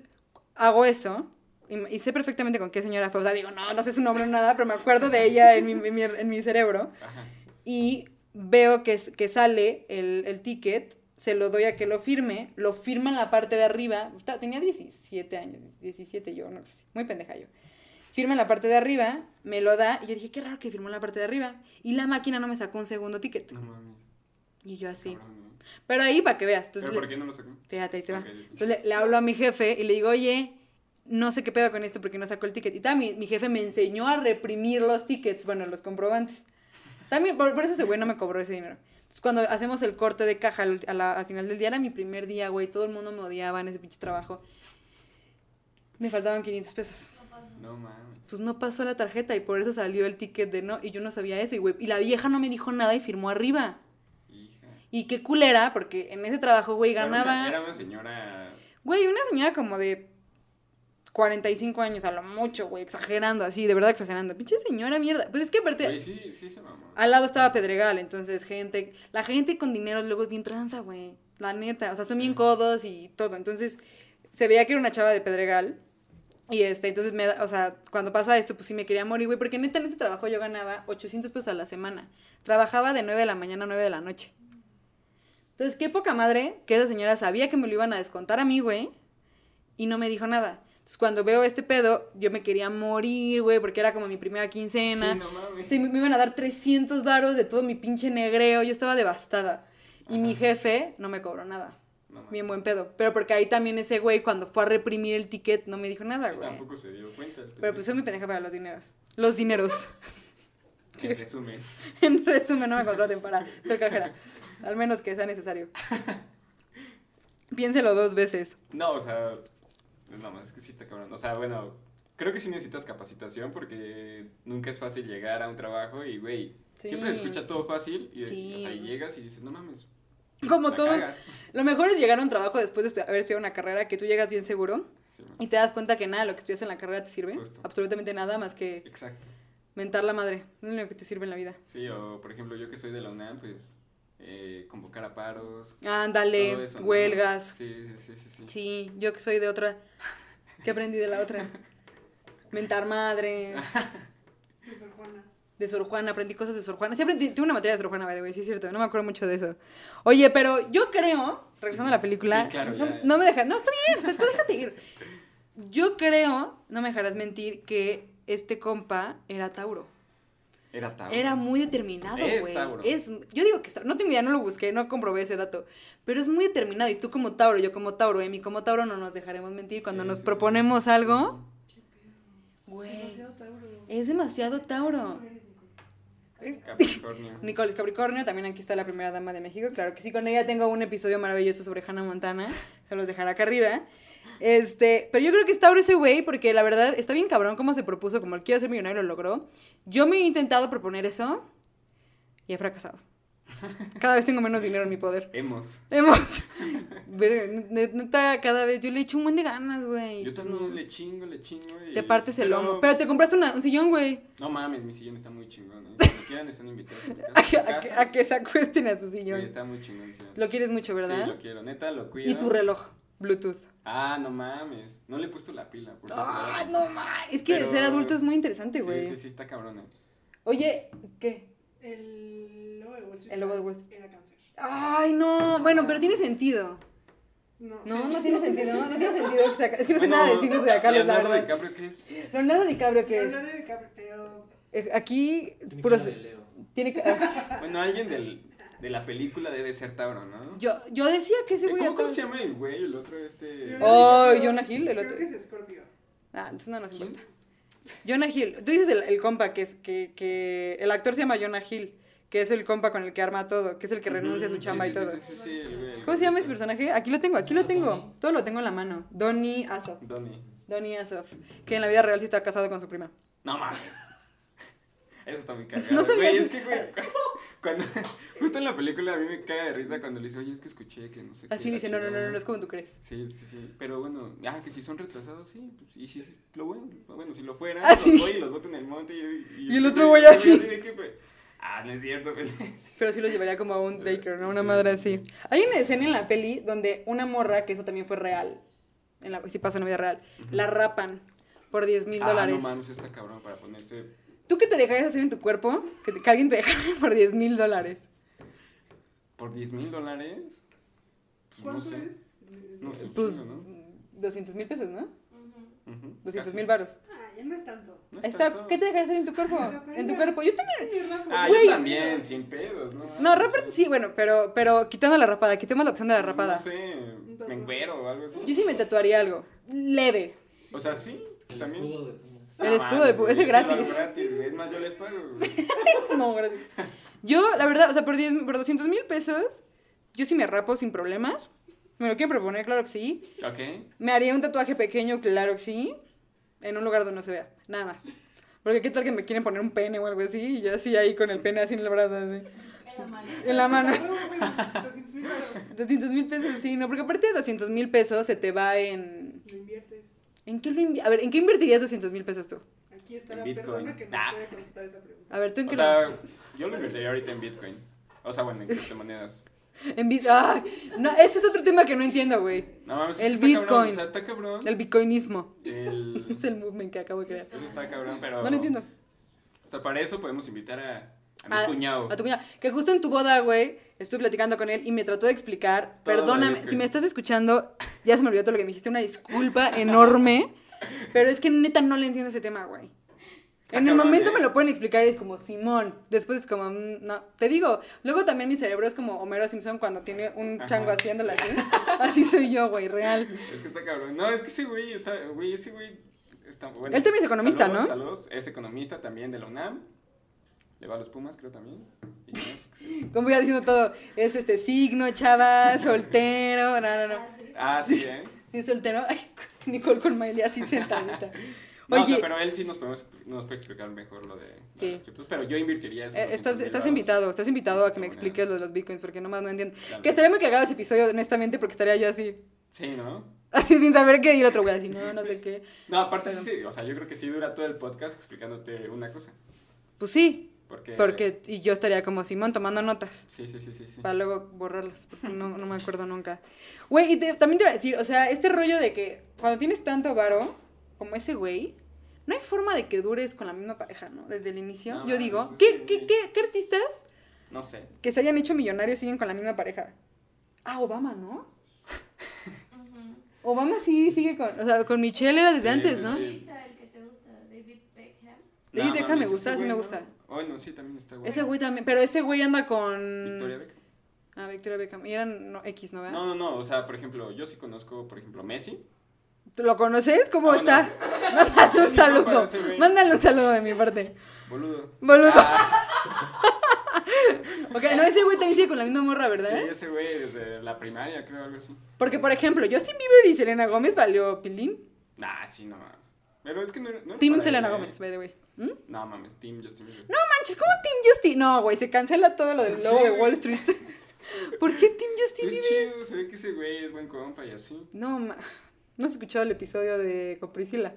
Speaker 1: hago eso. Y, y sé perfectamente con qué señora fue. O sea, digo, no, no sé su nombre o nada, pero me acuerdo de ella en mi, en mi- en mi cerebro.
Speaker 2: Ajá.
Speaker 1: Y veo que, s- que sale el, el ticket, se lo doy a que lo firme, lo firma en la parte de arriba. Ta- Tenía 17 años, 17 yo, no sé, muy pendeja yo. Firma en la parte de arriba, me lo da, y yo dije, qué raro que firmó en la parte de arriba. Y la máquina no me sacó un segundo ticket.
Speaker 2: No mames.
Speaker 1: Y yo así.
Speaker 2: cabrón, ¿no?
Speaker 1: Pero ahí para que veas. Entonces,
Speaker 2: ¿Pero por qué no lo sacó?
Speaker 1: Fíjate, ahí te va.
Speaker 2: Ok.
Speaker 1: Entonces le, le hablo a mi jefe y le digo, oye, no sé qué pedo con esto porque no sacó el ticket. Y también mi, mi jefe me enseñó a reprimir los tickets, bueno, los comprobantes. También, por, por eso ese güey no me cobró ese dinero. Entonces, cuando hacemos el corte de caja al, ulti- a la- al final del día, era mi primer día, güey. Todo el mundo me odiaba en ese pinche trabajo. Me faltaban 500 pesos.
Speaker 2: No mames.
Speaker 1: Pues no pasó la tarjeta y por eso salió el ticket de no. Y yo no sabía eso. Y, güey, y la vieja no me dijo nada y firmó arriba.
Speaker 2: Hija.
Speaker 1: Y qué culera, porque en ese trabajo, güey,
Speaker 2: Era una-
Speaker 1: ganaba.
Speaker 2: Era una señora...
Speaker 1: Güey, una señora como de 45 años, a lo mucho, güey, exagerando así, de verdad exagerando. Pinche señora mierda. Pues es que aparte,
Speaker 2: Güey, sí, sí se mamó.
Speaker 1: al lado estaba Pedregal, entonces gente, la gente con dinero luego es bien tranza, güey. La neta, o sea, son bien
Speaker 2: Mm.
Speaker 1: codos y todo. Entonces, se veía que era una chava de Pedregal. Y este, entonces me, da- o sea, cuando pasa esto, pues sí me quería morir, güey, porque neta en este trabajo yo ganaba 800 pesos a la semana. Trabajaba de 9 de la mañana a 9 de la noche. Entonces, qué poca madre que esa señora sabía que me lo iban a descontar a mí, güey, y no me dijo nada. Entonces, cuando veo este pedo, yo me quería morir, güey, porque era como mi primera quincena.
Speaker 2: Sí, no mames.
Speaker 1: Sí, me, me iban a dar 300 varos de todo mi pinche negreo. Yo estaba devastada. Y mi
Speaker 2: Ajá.
Speaker 1: jefe no me cobró nada.
Speaker 2: No mames.
Speaker 1: Bien buen pedo. Pero porque ahí también ese güey, cuando fue a reprimir el ticket, no me dijo nada,
Speaker 2: Sí,
Speaker 1: güey.
Speaker 2: tampoco se dio cuenta. el
Speaker 1: Pero pues soy
Speaker 2: pendejo.
Speaker 1: muy pendeja para los dineros. Los dineros.
Speaker 2: En resumen.
Speaker 1: en resumen, no me contraten para ser cajera. Al menos que sea necesario. Piénselo dos veces.
Speaker 2: No, o sea, no, más es que sí está cabrón. O sea, bueno, creo que sí necesitas capacitación porque nunca es fácil llegar a un trabajo y, güey,
Speaker 1: Sí.
Speaker 2: siempre se escucha todo fácil y,
Speaker 1: Sí.
Speaker 2: o sea, y llegas y dices, no mames.
Speaker 1: Como
Speaker 2: la
Speaker 1: todos,
Speaker 2: cagas.
Speaker 1: lo mejor es llegar a un trabajo después de estu- haber estudiado una carrera que tú llegas bien seguro
Speaker 2: Sí,
Speaker 1: y te das cuenta que nada, de lo que estudias en la carrera te sirve.
Speaker 2: Justo.
Speaker 1: Absolutamente nada más que
Speaker 2: exacto.
Speaker 1: Mentar la madre, no es lo que te sirve en la vida.
Speaker 2: Sí, o por ejemplo, yo que soy de la UNAM, pues eh, convocar a paros. todo
Speaker 1: Ándale,
Speaker 2: eso, ¿no?
Speaker 1: huelgas.
Speaker 2: Sí, sí, sí, sí. sí.
Speaker 1: Sí, yo que soy de otra. ¿Qué aprendí de la otra? Mentar madre.
Speaker 3: De Sor Juana.
Speaker 1: De Sor Juana, aprendí cosas de Sor Juana. Siempre tuve una materia de Sor Juana, by the way, sí es cierto, no me acuerdo mucho de eso. Oye, pero yo creo, regresando a la película,
Speaker 2: Sí, claro,
Speaker 1: no,
Speaker 2: ya, ya.
Speaker 1: no me dejarás, no, está bien, está- tú déjate ir. Yo creo, no me dejarás mentir, que este compa era Tauro.
Speaker 2: Era Tauro.
Speaker 1: Era muy determinado,
Speaker 2: Es
Speaker 1: güey.
Speaker 2: Tauro.
Speaker 1: Es, yo digo que es Tauro. No tengo idea, no lo busqué, no comprobé ese dato. Pero es muy determinado. Y tú como Tauro, yo como Tauro, Emi como Tauro, no nos dejaremos mentir. Cuando
Speaker 2: Sí,
Speaker 1: nos
Speaker 2: sí, sí.
Speaker 1: proponemos algo,
Speaker 3: Qué pedo.
Speaker 1: güey,
Speaker 3: Demasiado Tauro.
Speaker 1: es demasiado Tauro.
Speaker 3: No eres, Nicole.
Speaker 2: Capricornio.
Speaker 1: Nicole es Capricornio, también aquí está la primera dama de México. Claro que sí, con ella tengo un episodio maravilloso sobre Hannah Montana. Se los dejaré acá arriba. Este, pero yo creo que es Tauro ese güey, porque la verdad está bien cabrón cómo se propuso, como el quiero ser millonario lo logró. Yo me he intentado proponer eso y he fracasado. Cada vez tengo menos dinero en mi poder.
Speaker 2: Hemos.
Speaker 1: Hemos. Pero, ne- neta, cada vez. Yo le echo un buen de ganas, güey.
Speaker 2: Yo
Speaker 1: Pues,
Speaker 2: también
Speaker 1: no.
Speaker 2: le chingo, le chingo. y-
Speaker 1: Te partes el
Speaker 2: pero-
Speaker 1: lomo. Pero te compraste una- un sillón, güey.
Speaker 2: No mames, mi sillón está muy chingón. ¿eh? Si quieran, están invitados. a mi casa.
Speaker 1: A que, a que-
Speaker 2: Casa.
Speaker 1: a que se acuesten a su
Speaker 2: Güey,
Speaker 1: sillón.
Speaker 2: Está muy chingón. el sillón.
Speaker 1: Lo quieres mucho, ¿verdad?
Speaker 2: Sí, lo quiero. Neta, lo cuido.
Speaker 1: y tu reloj, Bluetooth.
Speaker 2: Ah, no mames. No le he puesto la pila. Por
Speaker 1: Ah,
Speaker 2: cierto.
Speaker 1: no más. Es que
Speaker 2: Pero-
Speaker 1: ser adulto es muy interesante, güey.
Speaker 2: Sí, sí, sí, está cabrón. eh.
Speaker 1: Oye, ¿qué?
Speaker 3: El logo de Wall Street.
Speaker 1: El logo de Wall Street.
Speaker 3: Era cáncer.
Speaker 1: Ay, no. Bueno, pero tiene sentido.
Speaker 3: No,
Speaker 1: No,
Speaker 3: sí.
Speaker 1: no tiene sentido. No tiene sentido que se aca- Es que no sé
Speaker 2: Bueno,
Speaker 1: nada de signos de Carlos, la
Speaker 2: Leonardo
Speaker 1: verdad.
Speaker 2: DiCaprio, ¿qué es?
Speaker 1: Leonardo DiCaprio, que es.
Speaker 3: Leonardo DiCaprio, pero
Speaker 1: Eh, Aquí,
Speaker 4: Tiene
Speaker 1: puros.
Speaker 4: cara de Leo.
Speaker 1: Tiene que. ah,
Speaker 2: Bueno, alguien del, de la película debe ser Tauro, ¿no?
Speaker 1: Yo, yo decía que ese
Speaker 2: Eh,
Speaker 1: güey
Speaker 2: ¿Cómo,
Speaker 1: era
Speaker 2: cómo
Speaker 1: todo.
Speaker 2: se llama el güey? El otro, este.
Speaker 3: Leonardo
Speaker 1: Oh,
Speaker 3: DiCaprio,
Speaker 1: Jonah Hill, el otro.
Speaker 3: Creo que es Scorpio.
Speaker 1: Ah, entonces no nos
Speaker 2: ¿Quién?
Speaker 1: importa. Jonah Hill. Tú dices el, el compa, que es que, que. El actor se llama Jonah Hill, que es el compa con el que arma todo, que es el que renuncia a su
Speaker 2: Ujú,
Speaker 1: chamba
Speaker 2: sí,
Speaker 1: y
Speaker 2: sí,
Speaker 1: todo.
Speaker 2: Sí, sí, sí, el güey, el
Speaker 1: ¿Cómo se llama ese
Speaker 2: güey.
Speaker 1: personaje? Aquí lo tengo, aquí lo tengo.
Speaker 4: Donnie.
Speaker 1: Todo lo tengo en la mano. Donny Asoff.
Speaker 2: Donnie.
Speaker 1: Donny Asoff. Que en la vida real sí está casado con su prima.
Speaker 2: No mames. Eso está muy cagado.
Speaker 1: No
Speaker 2: No
Speaker 1: se me
Speaker 2: güey,
Speaker 1: hace-
Speaker 2: es que, güey, cuando, justo en la película a mí me caga de risa cuando le dice, oye, es que escuché que no sé qué,
Speaker 1: Así le
Speaker 2: la
Speaker 1: dice, no, no, no,
Speaker 2: chingada".
Speaker 1: no, no es como tú crees.
Speaker 2: Sí, sí, sí. Pero bueno, ah, que si son retrasados, sí. pues, y si lo bueno, bueno, si lo fueran,
Speaker 1: Ah,
Speaker 2: los
Speaker 1: sí.
Speaker 2: voy y los boto en el monte. Y, este
Speaker 1: Y el otro güey así.
Speaker 2: de que, pues, ah, no es cierto, güey.
Speaker 1: Pero sí lo llevaría como a un daycare, ¿no? Una
Speaker 2: Sí.
Speaker 1: madre así. Hay una escena en la peli donde una morra, que eso también fue real, en la, sí pasó en la vida real, la rapan por 10 mil
Speaker 2: Ah, no
Speaker 1: dólares.
Speaker 2: mames, está cabrón para ponerse.
Speaker 1: ¿Tú qué te dejarías hacer en tu cuerpo? Que, te- que alguien te dejara por 10 mil dólares.
Speaker 2: Por 10 mil dólares. pues, no
Speaker 3: ¿Cuánto
Speaker 2: sé.
Speaker 3: es?
Speaker 2: No sé,
Speaker 1: Pues,
Speaker 2: chingo, ¿no?
Speaker 1: 200 mil pesos, ¿no?
Speaker 2: Ujú,
Speaker 1: 200
Speaker 2: casi.
Speaker 1: mil varos.
Speaker 3: Ah, ya no es tanto.
Speaker 2: No es
Speaker 1: Está,
Speaker 2: tanto. Pues,
Speaker 1: ¿Qué te dejarías hacer en tu cuerpo? En tu cuerpo. Yo también.
Speaker 3: Ay, rato.
Speaker 2: Ah,
Speaker 1: Güey.
Speaker 2: yo también, sin pedos, ¿no?
Speaker 1: No, raparte sí, bueno, pero, pero quitando la rapada, quitemos la opción de la rapada.
Speaker 2: No sé, me encuero o algo así.
Speaker 1: Yo sí me tatuaría algo. Leve.
Speaker 2: O sea, sí,
Speaker 4: El
Speaker 2: también. Ah,
Speaker 4: escudo de Pumas.
Speaker 1: El escudo de pu- ese
Speaker 2: eso lo hago
Speaker 1: gratis.
Speaker 2: gratis, güey, Es más, yo les pago. güey.
Speaker 1: No, gracias. Yo, la verdad, o sea, por, 10 por 200 mil pesos, yo sí me rapo sin problemas. Me lo quieren proponer, claro que sí.
Speaker 2: Ok.
Speaker 1: Me haría un tatuaje pequeño, claro que sí. En un lugar donde no se vea, nada más. Porque qué tal que me quieren poner un pene o algo así, y yo así ahí con el pene así en el brazo, así,
Speaker 5: En la mano.
Speaker 1: en la mano.
Speaker 3: No, güey, 200 mil dólares.
Speaker 1: 200 mil pesos, sí, no, porque aparte de 200 mil pesos se te va en...
Speaker 3: Lo inviertes.
Speaker 1: ¿En qué, lo invi- a ver, ¿en qué invertirías 200 mil pesos tú?
Speaker 3: Aquí está
Speaker 2: En
Speaker 3: la
Speaker 2: Bitcoin.
Speaker 3: persona que nos
Speaker 2: Ah.
Speaker 3: puede contestar esa pregunta.
Speaker 1: A ver, ¿tú en
Speaker 2: O
Speaker 1: qué
Speaker 2: sea, yo lo invertiría ahorita en Bitcoin. O sea, bueno, en criptomonedas.
Speaker 1: En bit- ¡Ay! no, ese es otro tema que no entiendo, güey.
Speaker 2: No mames,
Speaker 1: El
Speaker 2: está cabrón,
Speaker 1: Bitcoin.
Speaker 2: o sea, está cabrón.
Speaker 1: El bitcoinismo.
Speaker 2: El-
Speaker 1: Es el movement que acabo de crear.
Speaker 2: Eso está cabrón, pero.
Speaker 1: No lo entiendo.
Speaker 2: O sea, para eso podemos invitar a, a mi
Speaker 1: A-
Speaker 2: cuñado.
Speaker 1: A tu cuñado. Que justo en tu boda, güey, estuve platicando con él y me trató de explicar.
Speaker 2: Todo lo
Speaker 1: Perdóname,
Speaker 2: dije.
Speaker 1: si me estás escuchando, ya se me olvidó todo lo que me dijiste. Una disculpa enorme. Pero es que neta no le entiendo ese tema, güey.
Speaker 2: Está
Speaker 1: En el
Speaker 2: cabrón,
Speaker 1: momento
Speaker 2: ¿eh?
Speaker 1: me lo pueden explicar y es como Simón. Después es como, mm, no, te digo. Luego también mi cerebro es como Homero Simpson cuando tiene un
Speaker 2: Ajá.
Speaker 1: chango haciéndola así. Así soy yo, güey, real.
Speaker 2: Es que está cabrón. No, es que ese güey está. Güey, ese güey. Está, bueno,
Speaker 1: Él también es economista,
Speaker 2: saludos,
Speaker 1: ¿no?
Speaker 2: Saludos. Es economista también de la UNAM. Le va a los Pumas, creo también. Y ya.
Speaker 1: Como ya diciendo todo, es este signo, chava, soltero. No, no, no.
Speaker 2: ah,
Speaker 5: Ah, sí.
Speaker 2: sí, ¿eh?
Speaker 1: Sí, soltero. Ay, Nicole con Miley así sentadita.
Speaker 2: No, o
Speaker 1: Oye,
Speaker 2: sea, pero él sí nos, podemos, nos puede explicar mejor lo de
Speaker 1: Sí.
Speaker 2: los criptos. Pero yo invertiría eso.
Speaker 1: eh, estás, estás invitado, estás invitado a que me
Speaker 2: Bueno.
Speaker 1: expliques lo de los bitcoins porque nomás no entiendo.
Speaker 2: Dale.
Speaker 1: Que estaría muy cagado ese episodio, honestamente, porque estaría yo así,
Speaker 2: Sí, ¿no?
Speaker 1: así sin saber qué, y el otro güey así, no, no sé qué.
Speaker 2: No, aparte
Speaker 1: Pero-
Speaker 2: sí, sí, o sea, yo creo que sí dura todo el podcast explicándote una cosa.
Speaker 1: Pues sí,
Speaker 2: Porque.
Speaker 1: porque y yo estaría como Simón tomando notas
Speaker 2: Sí, sí, sí, sí. sí.
Speaker 1: para luego borrarlas, porque no, no me acuerdo nunca. Güey, y te- también te iba a decir, o sea, este rollo de que cuando tienes tanto varo como ese güey, no hay forma de que dures con la misma pareja, ¿no? Desde el inicio.
Speaker 2: No,
Speaker 1: yo
Speaker 2: mames,
Speaker 1: digo,
Speaker 2: es
Speaker 1: ¿qué,
Speaker 2: que-
Speaker 1: qué, qué, ¿qué artistas
Speaker 2: No sé.
Speaker 1: que se hayan hecho millonarios siguen con la misma pareja. Ah, Obama, ¿no?
Speaker 5: Ujú.
Speaker 1: Obama sí sigue con, o sea, con Michelle era desde
Speaker 2: Sí,
Speaker 1: antes,
Speaker 2: sí,
Speaker 1: ¿no?
Speaker 2: sí.
Speaker 5: Artista, el que te gusta, David Beckham.
Speaker 1: David Beckham me
Speaker 2: ese
Speaker 1: gusta, sí
Speaker 2: güey,
Speaker 1: me
Speaker 2: ¿no?
Speaker 1: gusta.
Speaker 2: Ay, no, sí, también está bueno.
Speaker 1: Ese güey también, pero ese güey anda con...
Speaker 2: Victoria Beckham.
Speaker 1: Ah, Victoria Beckham. Y eran no, X, ¿no? ¿verdad?
Speaker 2: No, no, no, o sea, por ejemplo, yo sí conozco, por ejemplo, Messi.
Speaker 1: ¿Tú ¿Lo conoces? ¿Cómo
Speaker 2: Ah,
Speaker 1: está? Mándale un
Speaker 2: Sí, no,
Speaker 1: saludo.
Speaker 2: parece, güey.
Speaker 1: Mándale un saludo de mi parte.
Speaker 2: Boludo.
Speaker 1: Boludo.
Speaker 2: Ah,
Speaker 1: Ok, no, ese güey también sigue con la misma morra,
Speaker 2: Sí,
Speaker 1: ¿verdad?
Speaker 2: ese güey desde la primaria, creo, algo así.
Speaker 1: Porque, por ejemplo, Justin Bieber y Selena Gómez valió pilín.
Speaker 2: Nah, sí, no mames. Pero es que no. no
Speaker 1: Team
Speaker 2: para
Speaker 1: Selena
Speaker 2: él, eh.
Speaker 1: Gómez, by the way. ¿Mm?
Speaker 2: No mames, Team Justin Bieber.
Speaker 1: No manches, ¿cómo Team Justin? No, güey, se cancela todo lo del
Speaker 2: Sí,
Speaker 1: lobo de
Speaker 2: güey.
Speaker 1: Wall Street. ¿Por qué Team Justin
Speaker 2: es
Speaker 1: Bieber?
Speaker 2: chido, se ve que ese güey es buen compa y así.
Speaker 1: No, ma- no has escuchado el episodio de con Priscila.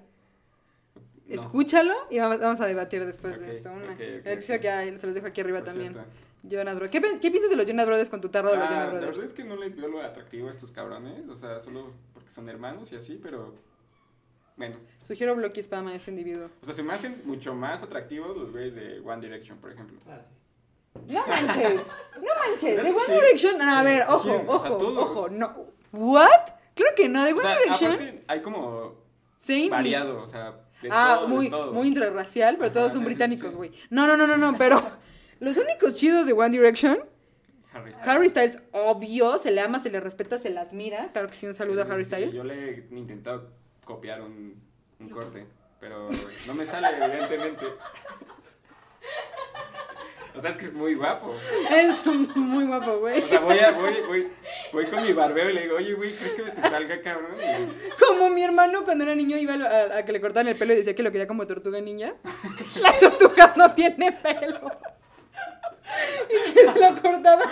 Speaker 2: No,
Speaker 1: Escúchalo y va- vamos a debatir después
Speaker 2: Ok,
Speaker 1: de esto. Una-
Speaker 2: ok, ok,
Speaker 1: el episodio
Speaker 2: ok.
Speaker 1: que ya se los dejo aquí arriba
Speaker 2: por
Speaker 1: también.
Speaker 2: cierto.
Speaker 1: Jonas Brothers. ¿Qué, piens- qué piensas de los Jonas Brothers con tu tarro de los
Speaker 2: Ah,
Speaker 1: Jonas
Speaker 2: la verdad
Speaker 1: Brothers?
Speaker 2: es que no les veo lo atractivo a estos cabrones, o sea, solo porque son hermanos y así, pero bueno,
Speaker 1: Sugiero bloque spam a este individuo.
Speaker 2: o sea, se me hacen mucho más atractivos los güeyes de One Direction, por ejemplo.
Speaker 4: Ah, sí.
Speaker 1: No manches, no manches. De
Speaker 2: Claro que
Speaker 1: One
Speaker 2: sí.
Speaker 1: Direction. A
Speaker 2: Sí,
Speaker 1: ver,
Speaker 2: ¿a
Speaker 1: ojo,
Speaker 2: quién? O sea,
Speaker 1: ojo,
Speaker 2: todos.
Speaker 1: ojo. No. ¿What? Creo que no. De One
Speaker 2: o sea,
Speaker 1: Direction.
Speaker 2: aparte hay como
Speaker 1: Same.
Speaker 2: variado, o sea, de
Speaker 1: ah,
Speaker 2: todo, de
Speaker 1: muy,
Speaker 2: todo.
Speaker 1: muy intrarracial, pero todos
Speaker 2: Ajá,
Speaker 1: son
Speaker 2: sí, sí,
Speaker 1: británicos,
Speaker 2: sí.
Speaker 1: güey. No, no, no, no, no. Pero los únicos chidos de One Direction
Speaker 2: Harry
Speaker 1: Harry Styles, obvio, se le ama, se le respeta, se le admira. Claro que sí, un saludo a Harry Styles.
Speaker 2: Yo le he intentado copiar un, un corte, pero no me sale, evidentemente. O sea, es que es muy guapo.
Speaker 1: Es muy guapo, güey.
Speaker 2: O sea, voy, a- voy, voy, voy con mi barbeo y le digo, oye, güey, ¿crees que me te salga, cabrón? Y-
Speaker 1: Como mi hermano cuando era niño iba a, a que le cortaran el pelo y decía que lo quería como tortuga niña. La tortuga no tiene pelo. Y que se lo cortaba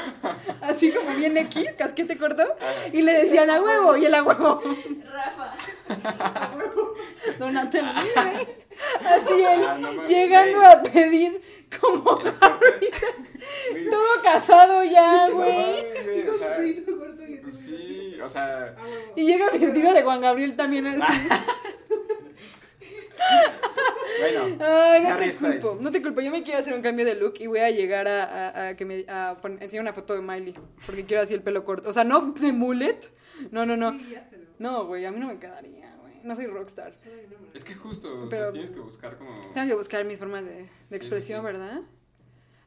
Speaker 1: así como bien X, casquete corto. Y le decían a huevo y el a huevo.
Speaker 5: Rafa.
Speaker 1: Donatello, güey. Así él,
Speaker 2: Ah, no mames,
Speaker 1: llegando
Speaker 2: güey.
Speaker 1: a pedir como Harry,
Speaker 2: Güey,
Speaker 1: todo casado ya,
Speaker 2: no
Speaker 1: güey.
Speaker 2: mames, güey, o
Speaker 3: Con su
Speaker 2: sea,
Speaker 3: pelito corto y
Speaker 2: pues
Speaker 3: ese güey.
Speaker 2: Sí, o sea,
Speaker 3: Ah, huevo.
Speaker 1: Y llega vestido de Juan Gabriel también así.
Speaker 2: bueno.
Speaker 1: Ay, no
Speaker 2: Harry
Speaker 1: te
Speaker 2: Styles.
Speaker 1: culpo, no te culpo. Yo me quiero hacer un cambio de look y voy a llegar a, a- a que me a pon- enseñar una foto de Miley. Porque quiero así el pelo corto. O sea, no de mullet. No, no, no.
Speaker 3: Sí, háztelo.
Speaker 1: No, güey, a mí no me quedaría, güey. No soy rockstar.
Speaker 3: Solo hay una manera.
Speaker 2: Es que justo, o sea,
Speaker 1: Pero-
Speaker 2: tienes que buscar como...
Speaker 1: Tengo que buscar mis formas de, de expresión,
Speaker 2: sí.
Speaker 1: ¿verdad?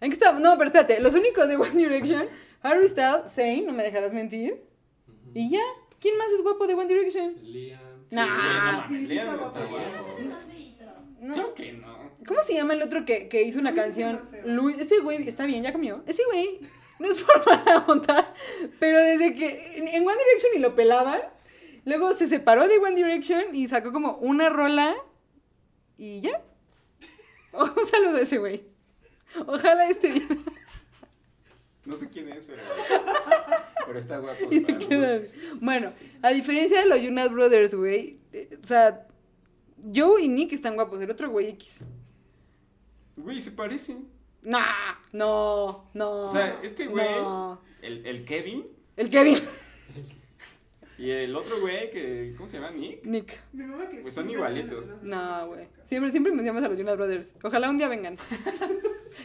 Speaker 1: ¿En qué estaba? No, pero espérate. Los únicos de One Direction, Harry Styles, Zayn, no me dejarás mentir.
Speaker 4: Ujú.
Speaker 1: Y ya. ¿Quién más es guapo de One Direction?
Speaker 4: Liam.
Speaker 2: Sí,
Speaker 1: Nah.
Speaker 2: güey, no mames,
Speaker 3: Sí, sí
Speaker 2: Liam
Speaker 3: está
Speaker 2: no está
Speaker 3: guapo, Liam.
Speaker 2: guapo.
Speaker 5: Ese es más feíto.
Speaker 1: No.
Speaker 2: Yo que no.
Speaker 1: ¿Cómo se llama el otro que, que hizo una
Speaker 3: Luis es
Speaker 1: canción?
Speaker 3: el más feo.
Speaker 1: Luis, ese güey, está bien, ya comió. Ese güey, no es por mala onda, pero desde que en, en One Direction y lo pelaban, luego se separó de One Direction y sacó como una rola y ya. Un saludo a ese güey. Ojalá esté bien.
Speaker 2: No sé quién es, pero... Pero está guapo.
Speaker 1: Y
Speaker 2: está
Speaker 1: se
Speaker 2: guapo.
Speaker 1: queda. Bueno, a diferencia de los Jonas Brothers, güey, eh, o sea, Joe y Nick están guapos, el otro güey X.
Speaker 2: Güey, se parecen.
Speaker 1: Nah, no, no.
Speaker 2: O sea, este güey-
Speaker 1: no.
Speaker 2: El, el Kevin
Speaker 1: El Kevin.
Speaker 2: y el otro güey que... ¿Cómo se llama? Nick.
Speaker 1: Nick.
Speaker 3: Mi mamá que
Speaker 2: Pues son
Speaker 3: siempre sale
Speaker 2: igualitos.
Speaker 3: en los
Speaker 1: No, güey.
Speaker 3: Jonas Brothers.
Speaker 1: Siempre, siempre mencionamos a los Jonas Brothers. Ojalá un día vengan.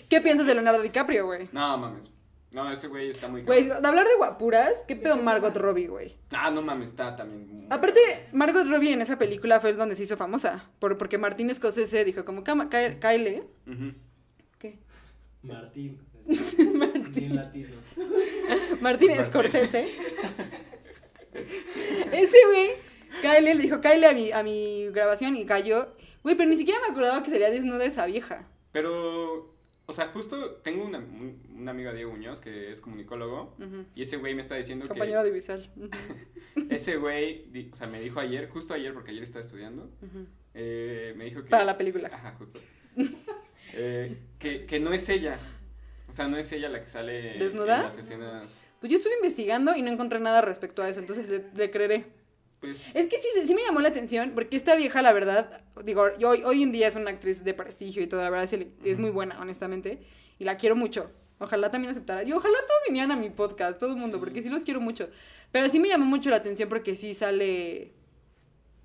Speaker 1: ¿Qué piensas de Leonardo DiCaprio, güey?
Speaker 2: No, mames. No, ese güey está muy...
Speaker 1: Güey,
Speaker 2: cabrón.
Speaker 1: de hablar de guapuras, ¿qué pedo Margot Robbie, güey?
Speaker 2: Ah, no mames, está también... muy-
Speaker 1: Aparte, Margot Robbie en esa película fue donde se hizo famosa. Por, porque Martín Scorsese dijo como, "Cama- Kyle, eh". Kyle,
Speaker 2: Ujú.
Speaker 1: ¿qué?
Speaker 4: Martín. Bien latino.
Speaker 1: Martín
Speaker 2: Martín.
Speaker 1: Scorsese. Ese güey, Kyle, le dijo Kyle a mi, a mi grabación y cayó. Güey, pero ni siquiera me acordaba que sería desnuda esa vieja.
Speaker 2: Pero, o sea, justo tengo una- un, un amigo Diego Muñoz que es comunicólogo
Speaker 1: Ujú.
Speaker 2: y ese güey me está diciendo
Speaker 1: Compañero audiovisual. Ujú,
Speaker 2: que ese güey, di- o sea, me dijo ayer, justo ayer porque ayer estaba estudiando,
Speaker 1: ujú.
Speaker 2: eh, me dijo que
Speaker 1: Para la película.
Speaker 2: Ajá, justo. Eh, que, que no es ella. O sea, no es ella la que sale
Speaker 1: ¿Desnuda?
Speaker 2: en las escenas.
Speaker 1: Pues yo estuve investigando y no encontré nada respecto a eso, entonces le, le creeré.
Speaker 2: Pues,
Speaker 1: Es que sí, sí me llamó la atención, porque esta vieja, la verdad, digo, yo, hoy, hoy en día es una actriz de prestigio y todo, la verdad sí le- es muy buena, honestamente, y la quiero mucho. Ojalá también aceptara. Y ojalá todos vinieran a mi podcast, todo el mundo,
Speaker 2: Sí.
Speaker 1: porque sí los quiero mucho. Pero sí me llamó mucho la atención porque sí sale.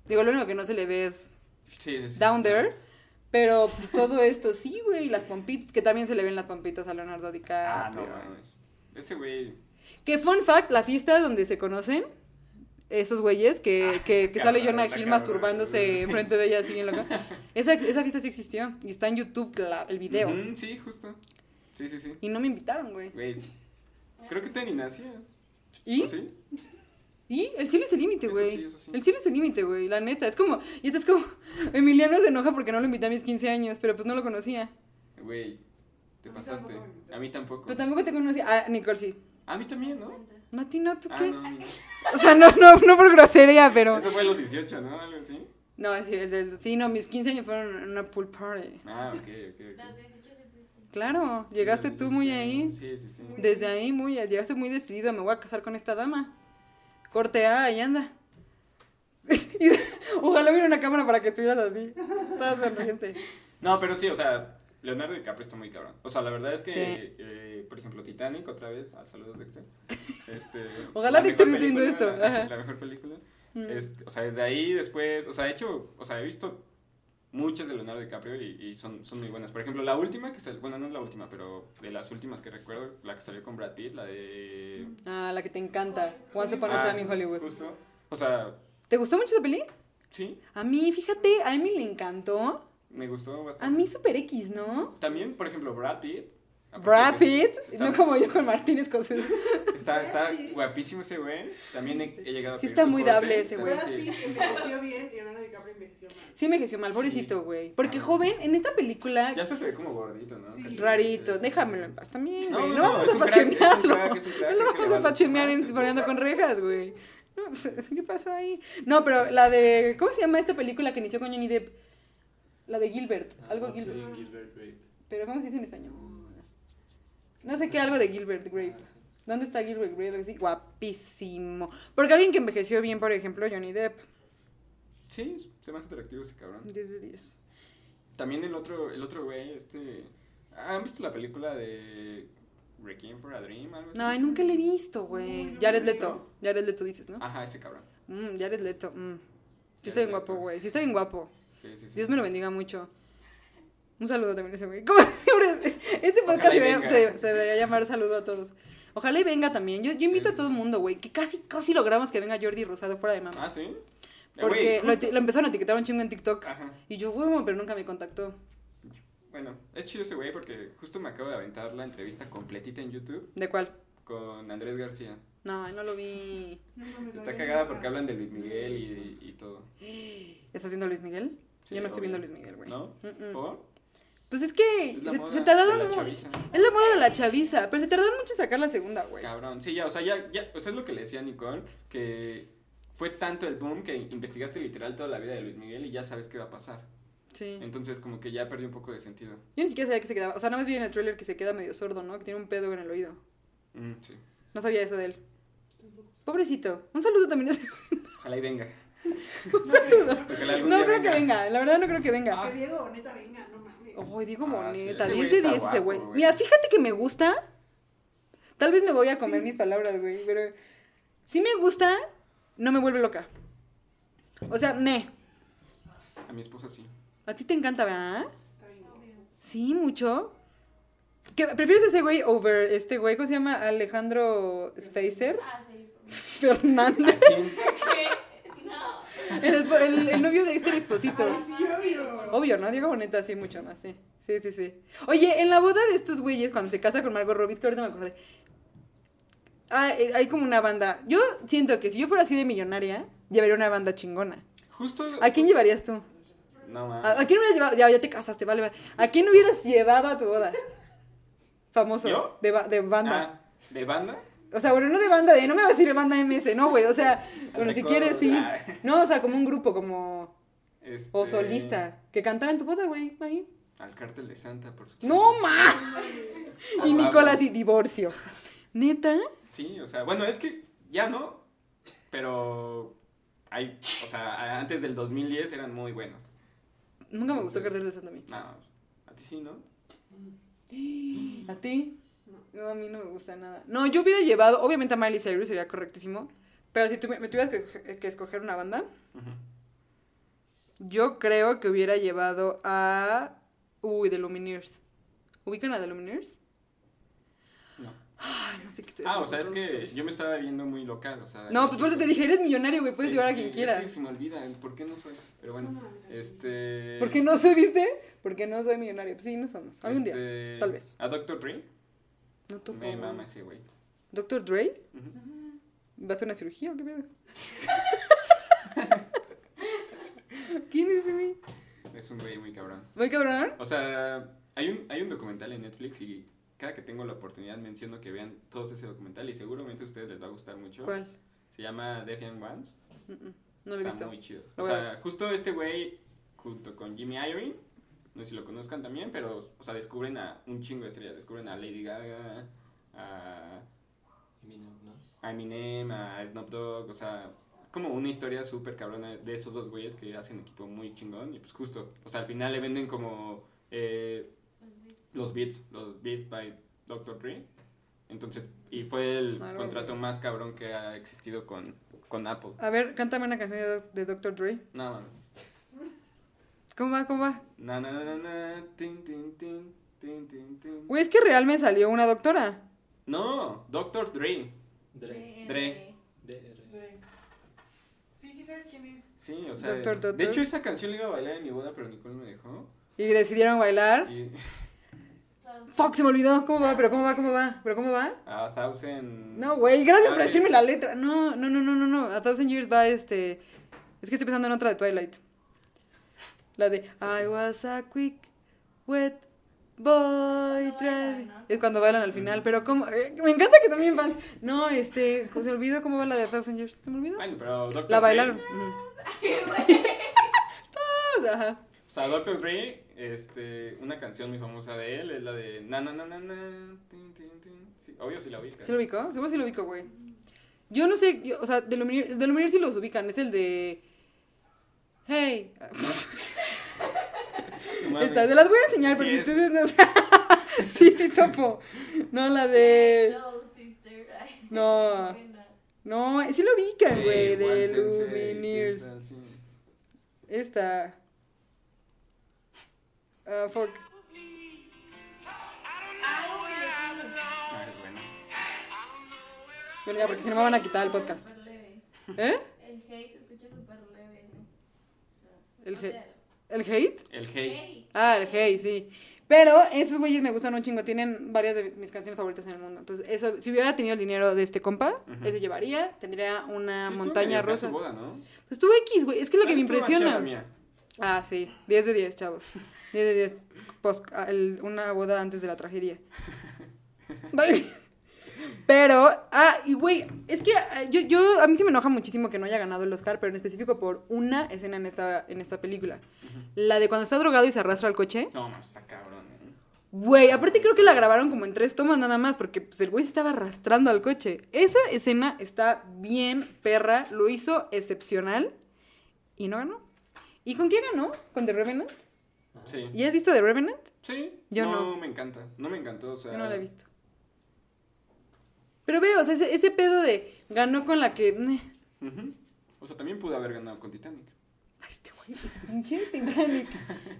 Speaker 1: Digo, lo único que no se le ve es
Speaker 2: sí, sí, sí.
Speaker 1: Down There. Pero todo esto sí, güey, y las pompitas, que también se le ven las pompitas a Leonardo DiCaprio.
Speaker 2: Ah, no, mames. Ese güey.
Speaker 1: Que fun fact, la fiesta donde se conocen, esos güeyes, que,
Speaker 2: Ah,
Speaker 1: que,
Speaker 2: está
Speaker 1: que sale
Speaker 2: cabrón,
Speaker 1: Jonah
Speaker 2: está
Speaker 1: Hill
Speaker 2: cabrón.
Speaker 1: masturbándose enfrente de ella así bien loca. Esa, esa fiesta sí existió y está en YouTube la- el video.
Speaker 2: Ujú, sí, justo. Sí, sí, sí.
Speaker 1: Y no me invitaron, güey.
Speaker 2: Güey, sí. creo que está en Ignacia.
Speaker 1: ¿Y?
Speaker 2: ¿Sí?
Speaker 1: ¿Y? El cielo es el límite,
Speaker 2: Eso
Speaker 1: güey.
Speaker 2: sí, eso sí.
Speaker 1: El cielo es el límite, güey, la neta. Es como, y esto es como, Emiliano se enoja porque no lo invité a mis 15 años, pero pues no lo conocía.
Speaker 2: Güey. Te
Speaker 3: A mí
Speaker 2: pasaste.
Speaker 3: tampoco me invitó.
Speaker 2: A mí tampoco.
Speaker 1: Pero tampoco te conocía. Ah, Nicole sí.
Speaker 2: A mí también, ¿no?
Speaker 1: No, a ti no, ¿tú
Speaker 2: Ah,
Speaker 1: qué?
Speaker 2: no. no.
Speaker 1: O sea, no, no, no por grosería, pero.
Speaker 2: Eso fue a los 18, ¿no? Algo así.
Speaker 1: No, sí, el del- sí, no, mis 15 años fueron en una pool party.
Speaker 2: Ah, ok, ok,
Speaker 5: Las
Speaker 2: ok.
Speaker 5: 18 de Cristo.
Speaker 1: Claro, llegaste tú muy ahí.
Speaker 2: Sí, sí, sí.
Speaker 1: Desde ahí muy, llegaste muy decidido, me voy a casar con esta dama. Corte A, ahí anda. Y- Ojalá hubiera una cámara para que estuvieras así. Toda sonriente.
Speaker 2: No, pero sí, o sea, Leonardo DiCaprio está muy cabrón. O sea, la verdad es que,
Speaker 1: Sí.
Speaker 2: eh, por ejemplo, Titanic, otra vez, ah, saludos Dexter. Este,
Speaker 1: Ojalá
Speaker 2: la
Speaker 1: Dexter
Speaker 2: mejor
Speaker 1: esté viendo
Speaker 2: película,
Speaker 1: esto,
Speaker 2: La,
Speaker 1: ajá.
Speaker 2: la mejor película.
Speaker 1: Mm.
Speaker 2: Este, o sea, desde ahí después, o sea, he hecho, o sea, he visto muchas de Leonardo DiCaprio y, y son, son muy buenas. Por ejemplo, la última que salió, bueno, no es la última, pero de las últimas que recuerdo, la que salió con Brad Pitt, la de...
Speaker 1: Ah, la que te encanta. Once Upon a
Speaker 2: Ah,
Speaker 1: Time in Hollywood.
Speaker 2: Justo. O sea,
Speaker 1: ¿Te gustó mucho esa peli?
Speaker 2: sí,
Speaker 1: A mí, fíjate, a Amy le encantó.
Speaker 2: me gustó bastante.
Speaker 1: A mí super X, ¿no?
Speaker 2: También, por ejemplo, Brad Pitt. aparte
Speaker 1: Brad
Speaker 2: que-
Speaker 1: Pitt,
Speaker 2: está-
Speaker 1: no como yo con Martínez Scorsese.
Speaker 2: Está, está guapísimo ese güey. También he, he llegado a
Speaker 1: Sí
Speaker 2: pedir
Speaker 1: está
Speaker 2: su
Speaker 1: muy
Speaker 2: corte,
Speaker 1: dable ese
Speaker 2: también
Speaker 3: Brad Pitt
Speaker 2: sí.
Speaker 3: envejeció bien y Leonardo DiCaprio envejeció mal.
Speaker 1: Sí me envejeció mal,
Speaker 2: Sí.
Speaker 1: pobrecito, güey. Porque
Speaker 2: Ah.
Speaker 1: joven, en esta película,
Speaker 2: Ya hasta se ve como gordito, ¿no?
Speaker 3: Sí.
Speaker 1: rarito, déjamelo en paz también,
Speaker 2: No,
Speaker 1: güey. No,
Speaker 2: no, no,
Speaker 1: vamos
Speaker 2: es
Speaker 1: a
Speaker 2: un crack, es un
Speaker 1: fachonearlo.
Speaker 2: crack, es un
Speaker 1: No lo
Speaker 2: crack, hay que
Speaker 1: vamos a
Speaker 2: llevarlo.
Speaker 1: fachonear en
Speaker 2: Ah, sí.
Speaker 1: Faroneando con rejas, güey. No, pues, ¿qué pasó ahí? No, pero la de, ¿cómo se llama esta película que inició con Johnny Depp? La de Gilbert, algo
Speaker 4: Ah,
Speaker 1: Gilbert.
Speaker 4: sí, Gilbert Grape.
Speaker 1: Pero ¿cómo se dice en español? No sé qué, algo de Gilbert Grape.
Speaker 4: Ah, sí.
Speaker 1: ¿Dónde está Gilbert Grape? Algo así, Guapísimo. Porque alguien que envejeció bien, por ejemplo, Johnny Depp.
Speaker 2: Sí, se me hace atractivo ese cabrón.
Speaker 1: 10 de 10.
Speaker 2: También el otro, el otro güey, este... ¿Han visto la película de Requiem for a Dream? Algo así?
Speaker 1: No, ay, nunca le he visto,
Speaker 3: Uy,
Speaker 1: güey.
Speaker 3: no
Speaker 1: Jared
Speaker 3: me
Speaker 1: Leto.
Speaker 3: digas.
Speaker 1: Jared Leto dices, ¿no?
Speaker 2: Ajá, ese cabrón.
Speaker 1: Mm, Jared Leto. mm. Sí
Speaker 2: Ah. Jared
Speaker 1: está bien
Speaker 2: Leto.
Speaker 1: guapo, güey. Sí está bien guapo.
Speaker 2: Sí, sí, sí.
Speaker 1: Dios me lo bendiga mucho. Un saludo también a ese güey. Como siempre, este podcast
Speaker 2: Ojalá y
Speaker 1: se, vea-
Speaker 2: venga.
Speaker 1: se- se debería llamar saludo a todos. Ojalá y venga también. Yo, yo invito
Speaker 2: Sí.
Speaker 1: a todo el mundo, güey. Que casi, casi logramos que venga Jordi Rosado fuera de mamá.
Speaker 2: Ah, ¿sí? Eh,
Speaker 1: Porque
Speaker 2: güey, Ah.
Speaker 1: lo,
Speaker 2: justo-
Speaker 1: eti- lo empezaron a etiquetar un chingo en TikTok.
Speaker 2: Ajá.
Speaker 1: Y yo, güey, pero nunca me contactó.
Speaker 2: Bueno, es chido ese güey porque justo me acabo de aventar la entrevista completita en YouTube
Speaker 1: ¿De cuál?
Speaker 2: con Andrés García.
Speaker 1: No, ay, no lo vi.
Speaker 3: Nunca me
Speaker 2: Está
Speaker 3: sabía
Speaker 2: cagada
Speaker 3: nada.
Speaker 2: porque hablan de Luis Miguel y, y todo.
Speaker 1: ¿Estás haciendo Luis Miguel?
Speaker 2: Sí,
Speaker 1: yo no estoy
Speaker 2: obvio.
Speaker 1: viendo Luis Miguel, güey.
Speaker 2: ¿No?
Speaker 1: Mm-mm.
Speaker 2: ¿Por?
Speaker 1: Pues es que
Speaker 2: Oh. Es
Speaker 1: se,
Speaker 2: la moda
Speaker 1: se tardaron
Speaker 2: de la
Speaker 1: mu-
Speaker 2: chaviza.
Speaker 1: Es la moda de la chaviza, pero se tardaron mucho en sacar la segunda, güey.
Speaker 2: Cabrón, sí, ya, o sea, ya, ya, o sea, es lo que le decía a Nicole, que fue tanto el boom que investigaste literal toda la vida de Luis Miguel y ya sabes qué va a pasar.
Speaker 1: Sí.
Speaker 2: Entonces, como que ya perdió un poco de sentido.
Speaker 1: Yo ni siquiera sabía que se quedaba. O sea, nada más vi en el trailer que se queda medio sordo, ¿no? Que tiene un pedo en el oído.
Speaker 2: Mm, sí.
Speaker 1: No sabía eso de él. Pobrecito. Un saludo también. a ese-
Speaker 2: Ojalá y venga.
Speaker 1: Un saludo.
Speaker 2: Ojalá algún
Speaker 1: No
Speaker 2: día
Speaker 1: creo que venga. La verdad no creo que
Speaker 3: Que
Speaker 1: venga.
Speaker 3: Diego Boneta venga, no mames.
Speaker 1: Ah. Ojo, Diego
Speaker 2: Ah, sí,
Speaker 1: Boneta.
Speaker 2: ese güey
Speaker 1: 10 de
Speaker 2: está
Speaker 1: 10 ese
Speaker 2: guapo,
Speaker 1: güey.
Speaker 2: güey.
Speaker 1: Mira, fíjate que me gusta. Tal vez me voy a comer mis palabras, güey. Pero si me gusta, no me vuelve loca. O sea, me.
Speaker 2: A mi esposa sí.
Speaker 1: A ti te encanta, ¿verdad?
Speaker 3: Está bien.
Speaker 5: Obvio.
Speaker 1: Sí, mucho. ¿Qué, ¿Prefieres ese güey over este güey? ¿Cómo se llama? Alejandro Spacer.
Speaker 5: Ah, sí.
Speaker 1: Fernández.
Speaker 2: ¿A quién?
Speaker 5: ¿Qué? No.
Speaker 1: El, espo- el- el novio de Esther Exposito.
Speaker 3: Ay, sí, obvio.
Speaker 1: Obvio, ¿no? Diego Boneta, sí, mucho más, sí. Sí, sí, sí. Oye, en la boda de estos güeyes, cuando se casa con Margot Robbie, es que ahorita me acordé. ah, eh, hay como una banda. Yo siento que si yo fuera así de millonaria, llevaría una banda chingona.
Speaker 2: Justo.
Speaker 1: ¿A quién llevarías tú?
Speaker 2: No, mames.
Speaker 1: ¿A, a quién hubieras llevado? Ya, ya te casaste, vale, vale. ¿A quién hubieras llevado a tu boda? Famoso.
Speaker 2: ¿Yo?
Speaker 1: De, ba- de banda.
Speaker 2: Ah, ¿De banda?
Speaker 1: O sea, bueno, no de banda de, no me vas a decir de banda MS, no, güey. O sea, bueno, si
Speaker 2: Recuerdo,
Speaker 1: quieres, sí.
Speaker 2: ah,
Speaker 1: No, o sea, como un grupo, como.
Speaker 2: este,
Speaker 1: O solista. Que cantara en tu boda, güey. Ahí.
Speaker 2: Al cártel de Santa, por supuesto.
Speaker 1: ¡No más! Y
Speaker 2: Ah,
Speaker 1: Nicolás
Speaker 2: vamos.
Speaker 1: y divorcio. ¿Neta?
Speaker 2: Sí, o sea, bueno, es que ya no, pero hay, o sea, antes del 2010 eran muy buenos.
Speaker 1: Nunca me gustó Cartel de Santa a mí.
Speaker 2: No, a ti sí, ¿no?
Speaker 1: ¿A ti?
Speaker 3: No.
Speaker 1: No, a mí no me gusta nada. No, yo hubiera llevado, obviamente a Miley Cyrus sería correctísimo. Pero si tú me, me tuvieras que, que escoger una banda,
Speaker 2: Ujú.
Speaker 1: yo creo que hubiera llevado a. Uy, The Lumineers. ¿Ubican a The Lumineers?
Speaker 2: No.
Speaker 1: Ay, no sé qué estoy
Speaker 2: Ah,
Speaker 1: haciendo
Speaker 2: o sea, es
Speaker 1: con
Speaker 2: que
Speaker 1: todos ustedes.
Speaker 2: yo me estaba viendo muy local, o sea.
Speaker 1: No, pues por eso te dije, eres millonario, güey, puedes
Speaker 2: Sí,
Speaker 1: llevar a
Speaker 2: sí,
Speaker 1: quien
Speaker 2: Es que
Speaker 1: quieras.
Speaker 2: se me olvida, ¿por qué no soy? Pero bueno,
Speaker 3: No mames,
Speaker 2: este.
Speaker 1: Porque no soy, ¿viste? Porque no soy millonario. Pues sí, no somos. Algún día.
Speaker 2: este,
Speaker 1: tal vez.
Speaker 2: A Doctor Dre,
Speaker 1: No topo.
Speaker 2: me
Speaker 1: güey.
Speaker 2: mama ese güey.
Speaker 1: ¿Doctor Dre?
Speaker 2: Ujú.
Speaker 1: ¿Va a hacer una cirugía o qué pedo? ¿Quién es ese güey?
Speaker 2: es un güey muy cabrón.
Speaker 1: Muy cabrón.
Speaker 2: O sea, hay un, hay un documental en Netflix y cada que tengo la oportunidad menciono que vean todos ese documental y seguramente a ustedes les va a gustar mucho.
Speaker 1: ¿Cuál?
Speaker 2: Se llama Deaf Young Ones.
Speaker 1: Mm, mm, No lo he
Speaker 2: Está
Speaker 1: visto.
Speaker 2: muy chido.
Speaker 1: Lo
Speaker 2: O
Speaker 1: voy a
Speaker 2: sea, justo este güey, junto con Jimmy Irene, no sé si lo conozcan también, pero, o sea, descubren a un chingo de estrellas. Descubren a Lady Gaga, a
Speaker 4: Eminem, ¿no?
Speaker 2: a Eminem, a Snoop Dogg, o sea, como una historia súper cabrona de esos dos güeyes que hacen equipo muy chingón y pues justo, o sea, al final le venden como eh, los beats, los beats by Dr. Dre. Entonces, y fue el
Speaker 1: Claro.
Speaker 2: contrato más cabrón que ha existido con, con Apple.
Speaker 1: A ver, cántame una canción de, Doc- de Dr. Dre.
Speaker 2: No, mames.
Speaker 1: ¿Cómo va? ¿Cómo va?
Speaker 2: na na na na na, tin tin tin tin tin tin.
Speaker 1: Güey, es que real me salió una doctora.
Speaker 2: No, Dr. Dre.
Speaker 4: Dre.
Speaker 1: Eh.
Speaker 2: Dre.
Speaker 4: DR.
Speaker 3: Güey. Sí, sí, ¿sabes quién es?
Speaker 2: Sí, o sea,
Speaker 1: Dr. Dre.
Speaker 2: de hecho esa canción la iba a bailar en mi boda, pero Nicole me dejó.
Speaker 1: Y decidieron bailar.
Speaker 2: Y
Speaker 1: Fuck, se me olvidó. ¿Cómo va? ¿Pero cómo va? ¿Cómo va? ¿Pero cómo va?
Speaker 2: a ah, Thousand
Speaker 1: No, güey, gracias
Speaker 2: Ah,
Speaker 1: por
Speaker 2: sí.
Speaker 1: decirme la letra. No, no, no, no, no, no. A Thousand Years va este. Es que estoy pensando en otra de Twilight. La de I was a quick, wet boy driving.
Speaker 5: Cuando bailan, ¿no?
Speaker 1: Es cuando bailan al final, pero como. eh, me encanta que también van. No, este. Se me olvidó cómo va la de A Thousand Years. Se me olvidó.
Speaker 2: Bueno, pero Dr.
Speaker 1: La
Speaker 2: Dre-
Speaker 1: bailaron. Ujú. Ajá.
Speaker 2: O sea, Dr. Dre, este, una canción muy famosa de él es la de na na na na na. tin, tin, tin. Sí, obvio si la ubicas.
Speaker 1: ¿Sí lo ubicó? Seguro sí lo ubicó, güey. Yo no sé, yo- o sea, de Lumineer, de Lumineer sí los ubican, es el de... Hey,
Speaker 2: No mames.
Speaker 1: Esta, se las voy a enseñar,
Speaker 2: Sí
Speaker 1: pero si
Speaker 2: es.
Speaker 1: ustedes no... sí, sí, topo. No, la de... No. No, sí lo ubican,
Speaker 2: Sí,
Speaker 1: güey,
Speaker 2: One
Speaker 1: de
Speaker 2: Sensei,
Speaker 1: Lumineers.
Speaker 2: Crystal, sí.
Speaker 1: Esta. Ah, fuck.
Speaker 2: Ah, es buena.
Speaker 1: Bueno, ya, porque si no me van a quitar el podcast. ¿Eh?
Speaker 5: El hey se escucha súper leve. ¿no? O sea,
Speaker 1: El
Speaker 5: o
Speaker 1: hey.
Speaker 5: sea,
Speaker 1: ¿El hate?
Speaker 2: El Hey.
Speaker 1: Ah, el Hey, sí. Pero esos güeyes me gustan un chingo. Tienen varias de mis canciones favoritas en el mundo. Entonces, eso, si hubiera tenido el dinero de este compa,
Speaker 2: Ujú.
Speaker 1: ese llevaría. Tendría una
Speaker 2: Sí, estuvo medio
Speaker 1: montaña
Speaker 2: fea su
Speaker 1: rosa. Pues
Speaker 2: boda, ¿no?
Speaker 1: estuvo X, güey. Es que es lo que me
Speaker 2: Estuvo más chida la
Speaker 1: impresiona.
Speaker 2: mía.
Speaker 1: Ah, sí. 10 de 10, chavos. 10 de 10. Post- ah, el- una boda antes de la tragedia. Bye. Pero, ah, y güey, es que ah, yo, yo, a mí sí me enoja muchísimo que no haya ganado el Oscar, pero en específico por una escena en esta, en esta película. La de cuando está drogado y se arrastra al coche.
Speaker 2: No, mames, está cabrón. ¿eh?
Speaker 1: Güey, aparte creo que la grabaron como en tres tomas nada más, porque pues, el güey se estaba arrastrando al coche. Esa escena está bien perra, lo hizo excepcional y no ganó. ¿Y con quién ganó? ¿Con The Revenant?
Speaker 4: Ajá.
Speaker 2: Sí.
Speaker 1: ¿Ya has visto The Revenant?
Speaker 2: Sí.
Speaker 1: Yo
Speaker 2: no,
Speaker 1: no.
Speaker 2: me encanta. No me encantó, o sea.
Speaker 1: Yo no la he visto. Pero veo, o sea, ese, ese pedo de ganó con la que... meh.
Speaker 2: Ujú. O sea, también pudo haber ganado con Titanic.
Speaker 1: Ay, este güey es un pinche Titanic.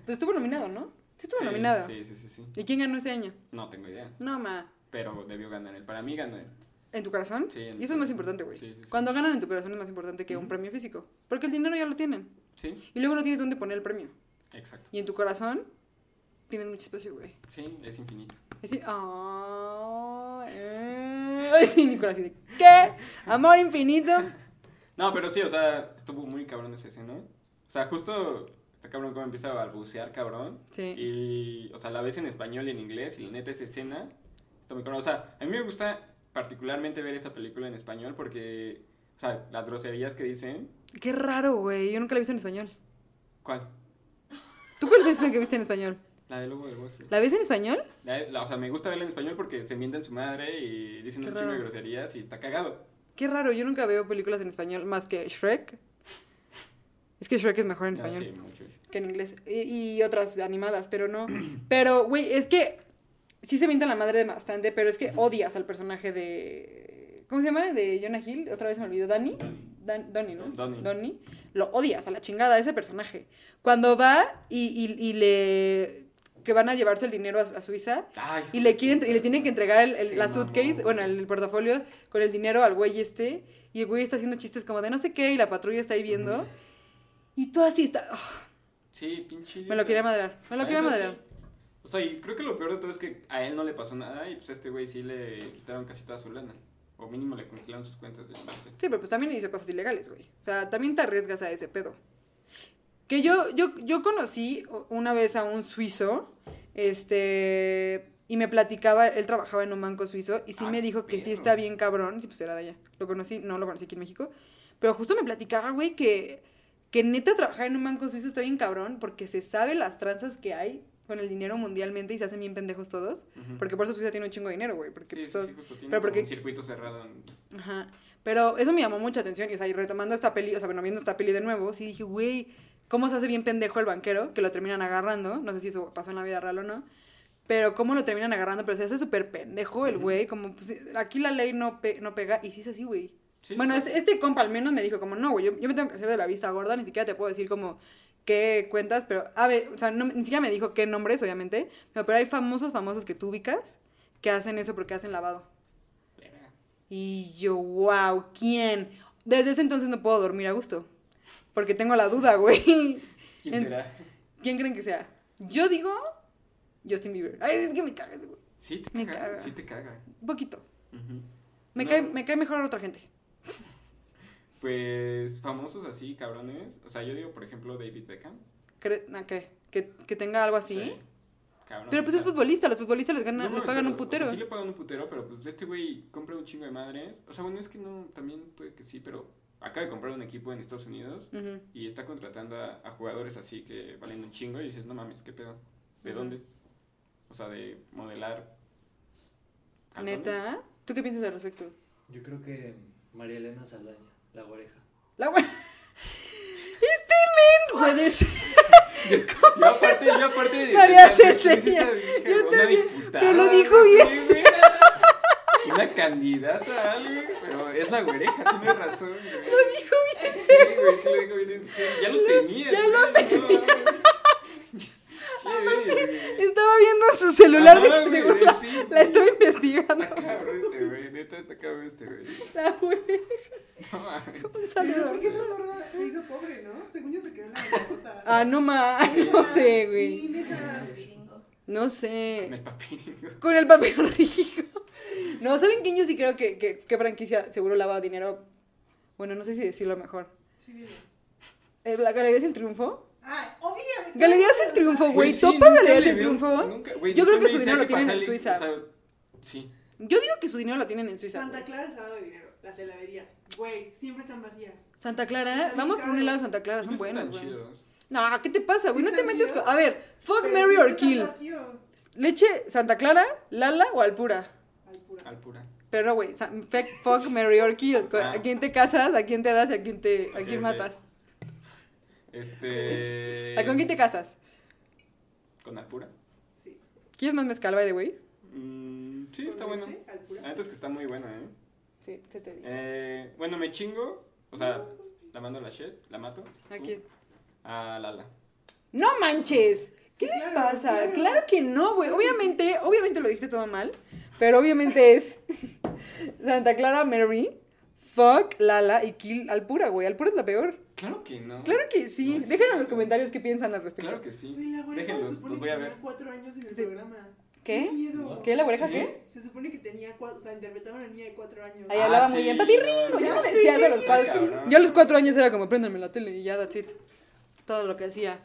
Speaker 1: Pues estuvo nominado, ¿no? Sí estuvo
Speaker 2: Sí,
Speaker 1: nominado.
Speaker 2: Sí, sí, sí, sí.
Speaker 1: ¿Y quién ganó ese año?
Speaker 2: No tengo idea.
Speaker 1: No, ma.
Speaker 2: Pero debió ganar él. Para mí ganó él.
Speaker 1: ¿En tu corazón?
Speaker 2: Sí, en
Speaker 1: y
Speaker 2: mi
Speaker 1: eso es más
Speaker 2: corazón.
Speaker 1: importante, güey.
Speaker 2: Sí, sí, sí.
Speaker 1: Cuando ganan en tu corazón es más importante que un premio físico. Porque el dinero ya lo tienen.
Speaker 2: Sí,
Speaker 1: Y luego no tienes dónde poner el premio.
Speaker 2: exacto.
Speaker 1: Y en tu corazón tienes mucho espacio, güey.
Speaker 2: Sí, es infinito.
Speaker 1: Es decir, ah, eh. Y Nicolás dice, ¿qué? Amor infinito.
Speaker 2: No, pero sí, o sea, estuvo muy cabrón esa escena. O sea, justo está cabrón cómo empieza a balbucear, cabrón.
Speaker 1: Sí.
Speaker 2: Y, o sea, la ves en español y en inglés. Y la neta, esa escena está muy cabrón. O sea, a mí me gusta particularmente ver esa película en español porque, o sea, las groserías que dicen.
Speaker 1: Qué raro, güey. Yo nunca la he visto en español.
Speaker 2: ¿Cuál?
Speaker 1: ¿Tú cuál es esa que viste en español?
Speaker 2: La de Lobo del Wall Street.
Speaker 1: ¿La ves en español?
Speaker 2: La- la- o sea, me gusta verla en español porque se mienten su madre y dicen
Speaker 1: Qué
Speaker 2: un chingo de
Speaker 1: raro.
Speaker 2: groserías y está cagado.
Speaker 1: Qué raro. Yo nunca veo películas en español más que Shrek. Es que Shrek es mejor en
Speaker 2: Ah,
Speaker 1: español.
Speaker 2: sí, mucho.
Speaker 1: que en inglés. Y, y otras animadas, pero no. Pero, güey, es que sí se mienta la madre de bastante, pero es que odias al personaje de. ¿Cómo se llama? De Jonah Hill. Otra vez me olvidó. ¿Danny? Dan, Donnie, ¿no?
Speaker 2: Donnie.
Speaker 1: Lo odias a la chingada ese personaje. Cuando va y, y- y le. que van a llevarse el dinero a, a Suiza.
Speaker 2: Ay,
Speaker 1: Y le, quieren, y le tienen que entregar el, el-
Speaker 2: Sí,
Speaker 1: la
Speaker 2: mamón.
Speaker 1: suitcase, bueno, el, portafolio con el dinero al güey este. Y el güey está haciendo chistes como de no sé qué y la patrulla está ahí viendo. Y tú así está... ah,
Speaker 2: Sí, pinche.
Speaker 1: Me lo quería
Speaker 2: idiota.
Speaker 1: madrear, me lo
Speaker 2: Ah,
Speaker 1: quería
Speaker 2: eso sí.
Speaker 1: madrear.
Speaker 2: O sea, y creo que lo peor de todo es que a él no le pasó nada y pues a este güey sí le quitaron casi toda su lana. O mínimo le congelaron sus cuentas. yo no sé.
Speaker 1: Sí, pero pues también hizo cosas ilegales, güey. O sea, también te arriesgas a ese pedo. Que yo, yo, yo conocí una vez a un suizo, este, y me platicaba, él trabajaba en un banco suizo, y sí
Speaker 2: Ah,
Speaker 1: me dijo que sí
Speaker 2: perro.
Speaker 1: está bien cabrón, sí, pues era de allá. Lo conocí, no lo conocí aquí en México, pero justo me platicaba, güey, que, que neta trabajar en un banco suizo está bien cabrón, porque se sabe las tranzas que hay con el dinero mundialmente y se hacen bien pendejos todos.
Speaker 2: Ujú.
Speaker 1: Porque por eso Suiza tiene un chingo de dinero, güey,
Speaker 2: Sí,
Speaker 1: porque
Speaker 2: sí,
Speaker 1: pues
Speaker 2: sí,
Speaker 1: todos...
Speaker 2: justo tiene
Speaker 1: pero
Speaker 2: como
Speaker 1: porque-
Speaker 2: un circuito cerrado. en-
Speaker 1: Ajá. Pero eso me llamó mucha atención. Y, o sea, y retomando esta peli, o sea, bueno, viendo esta peli de nuevo, sí dije, güey, ¿cómo se hace bien pendejo el banquero? Que lo terminan agarrando. No sé si eso pasó en la vida real o no. Pero cómo lo terminan agarrando, pero se hace súper pendejo el
Speaker 2: Ujú.
Speaker 1: güey. Como, pues, aquí la ley no, pe- no pega. Y sí es así, güey.
Speaker 2: Sí,
Speaker 1: bueno,
Speaker 2: o sea,
Speaker 1: este, este compa al menos me dijo como, no, güey, yo, yo me tengo que hacer de la vista gorda. Ni siquiera te puedo decir como qué cuentas, pero, a ver, o sea, no- ni siquiera me dijo qué nombres, obviamente. Pero, pero hay famosos, famosos que tú ubicas que hacen eso porque hacen lavado. este,
Speaker 2: verga.
Speaker 1: Y yo, wow, ¿quién? Desde ese entonces no puedo dormir a gusto. Porque tengo la duda, güey.
Speaker 2: ¿Quién
Speaker 1: En-
Speaker 2: será?
Speaker 1: ¿Quién creen que sea? Yo digo Justin Bieber. Ay, es que me cagas, güey.
Speaker 2: Sí te
Speaker 1: Me
Speaker 2: caga,
Speaker 1: caga.
Speaker 2: Sí te caga.
Speaker 1: Un poquito.
Speaker 2: Ujú.
Speaker 1: Me,
Speaker 2: No.
Speaker 1: cae, me cae mejor otra gente.
Speaker 2: Pues famosos así, cabrones. O sea, yo digo, por ejemplo, David Beckham.
Speaker 1: Cre- ah, ¿qué? Que, que tenga algo así.
Speaker 2: Cabrón.
Speaker 1: Pero pues es
Speaker 2: o sea,
Speaker 1: futbolista, los futbolistas les,
Speaker 2: no
Speaker 1: ganan, les
Speaker 2: mames,
Speaker 1: pagan
Speaker 2: pero,
Speaker 1: un putero.
Speaker 2: O sea, sí le pagan un putero, pero pues este güey compra un chingo de madres. O sea, bueno, es que no, también puede que sí, pero acaba de comprar un equipo en Estados Unidos
Speaker 1: Ujú.
Speaker 2: y está contratando a, a jugadores así que valen un chingo y dices, no mames, ¿qué pedo? ¿De
Speaker 1: Ujú.
Speaker 2: dónde? O sea, de modelar. cantones.
Speaker 1: Neta. ¿Tú qué piensas al respecto?
Speaker 4: Yo creo que María Elena Saldaña, la oreja.
Speaker 1: La güey. Este men puede ser.
Speaker 2: Yo aparte, yo aparte de.
Speaker 1: María
Speaker 2: de- de- de- de-
Speaker 1: Celia.
Speaker 2: de- de-
Speaker 1: Yo
Speaker 2: una
Speaker 1: también,
Speaker 2: diputada,
Speaker 1: pero lo dijo
Speaker 2: no sé,
Speaker 1: bien.
Speaker 2: güey. Una candidata, Ale, pero es la güereja, tienes razón, güey. Lo dijo bien. Sí, güey, sí lo dijo bien en serio. Ya lo tenías. Ya lo tenías.
Speaker 1: Estaba viendo su celular de que
Speaker 2: Ajá, güey,
Speaker 1: seguro la,
Speaker 2: sí,
Speaker 1: la
Speaker 2: güey.
Speaker 1: estaba investigando.
Speaker 2: Está cabrón este güey, neta está cabrón este güey.
Speaker 1: La güey.
Speaker 2: No mames.
Speaker 1: Un
Speaker 3: Pero
Speaker 1: saludo.
Speaker 3: ¿por qué esa morra se hizo pobre, no? Según yo se quedó en la bancarrota.
Speaker 1: Ah, no más, no sé, güey.
Speaker 3: Sí, neta.
Speaker 5: Piringo.
Speaker 1: No
Speaker 2: Con el
Speaker 1: sé.
Speaker 2: papiringo.
Speaker 1: Con el papel rico. No, ¿saben quién yo sí creo que, que, que franquicia seguro lava dinero? Bueno, no sé si decirlo mejor.
Speaker 3: Sí, viene.
Speaker 1: Eh, ¿La Galería es el Triunfo?
Speaker 3: Ah, obviamente.
Speaker 1: Galería es el Triunfo, güey.
Speaker 2: sí,
Speaker 1: ¿Topas
Speaker 2: nunca
Speaker 1: Galería
Speaker 2: le
Speaker 1: del
Speaker 2: veo-
Speaker 1: Triunfo?
Speaker 2: nunca- güey,
Speaker 1: Yo creo
Speaker 2: nunca
Speaker 1: que su
Speaker 2: me
Speaker 1: dinero lo
Speaker 2: dice
Speaker 1: tienen en
Speaker 2: pasarle-
Speaker 1: Suiza.
Speaker 2: o sea, sí.
Speaker 1: Yo digo que su dinero lo tienen en Suiza.
Speaker 3: Santa
Speaker 1: güey.
Speaker 3: Clara está dado de dinero. Las heladerías. Güey, siempre están vacías.
Speaker 1: Santa
Speaker 3: Está
Speaker 1: Clara,
Speaker 3: bien
Speaker 1: vamos por un
Speaker 3: caro.
Speaker 1: helado de Santa Clara, son
Speaker 2: No están
Speaker 1: buenos,
Speaker 2: tan
Speaker 1: güey.
Speaker 2: chidos.
Speaker 1: No, ¿qué te pasa, güey?
Speaker 3: ¿Sí
Speaker 1: No te
Speaker 3: están
Speaker 1: metes
Speaker 3: chidos?
Speaker 1: con... A ver, fuck,
Speaker 3: Pero
Speaker 1: Mary or
Speaker 3: siempre
Speaker 1: Kill.
Speaker 3: están vacío.
Speaker 1: ¿Leche Santa Clara, Lala o Alpura?
Speaker 3: Ay, pura.
Speaker 2: Al pura.
Speaker 1: Pero, güey, sa- fuck, fuck, marry or kill. Co- ¿A quién te casas? ¿A quién te das? y ¿A quién, te, a
Speaker 2: Ah. Ok,
Speaker 1: quién
Speaker 2: ok.
Speaker 1: matas?
Speaker 2: Este.
Speaker 1: ¿A con quién te casas?
Speaker 2: ¿Con Alpura?
Speaker 3: Sí.
Speaker 1: ¿Quieres más mezcal, by the way?
Speaker 2: Mm, sí, está
Speaker 3: Con
Speaker 2: bueno.
Speaker 3: leche, al pura.
Speaker 2: La neta es que está muy bueno, ¿eh?
Speaker 1: Sí, se te dijo.
Speaker 2: Eh, Bueno, me chingo. O sea, la mando a la shit, la mato.
Speaker 1: ¿A
Speaker 2: Tú.
Speaker 1: quién?
Speaker 2: A Lala.
Speaker 1: ¡No manches! ¿Qué
Speaker 3: Sí,
Speaker 1: les
Speaker 3: claro,
Speaker 1: pasa? Claro.
Speaker 3: claro.
Speaker 1: que no, güey. Obviamente, obviamente lo dijiste todo mal, pero obviamente es Santa Clara, Mary, fuck, Lala y kill Alpura, güey. Alpura es la peor.
Speaker 2: Claro que no.
Speaker 1: Claro que sí.
Speaker 2: No es
Speaker 1: Déjenme en los
Speaker 2: cierto.
Speaker 1: comentarios qué piensan al respecto.
Speaker 2: Claro que sí.
Speaker 3: Güey, la oreja
Speaker 2: Déjenlos,
Speaker 3: se supone
Speaker 2: los voy
Speaker 3: que
Speaker 2: a ver.
Speaker 3: tenía cuatro años en el
Speaker 1: Sí.
Speaker 3: programa.
Speaker 1: ¿Qué?
Speaker 3: miedo.
Speaker 1: ¿Qué? ¿La oreja qué?
Speaker 3: Se supone que tenía cuatro, o sea, interpretaba a una niña de cuatro años.
Speaker 2: Ah,
Speaker 3: Ah,
Speaker 1: Ahí hablaba muy bien, papi
Speaker 2: ringo.
Speaker 1: Ya me decías a los cuatro.
Speaker 2: Cabrón.
Speaker 1: Yo a los cuatro años era como, préndame la tele y ya, that's it. Todo lo que hacía.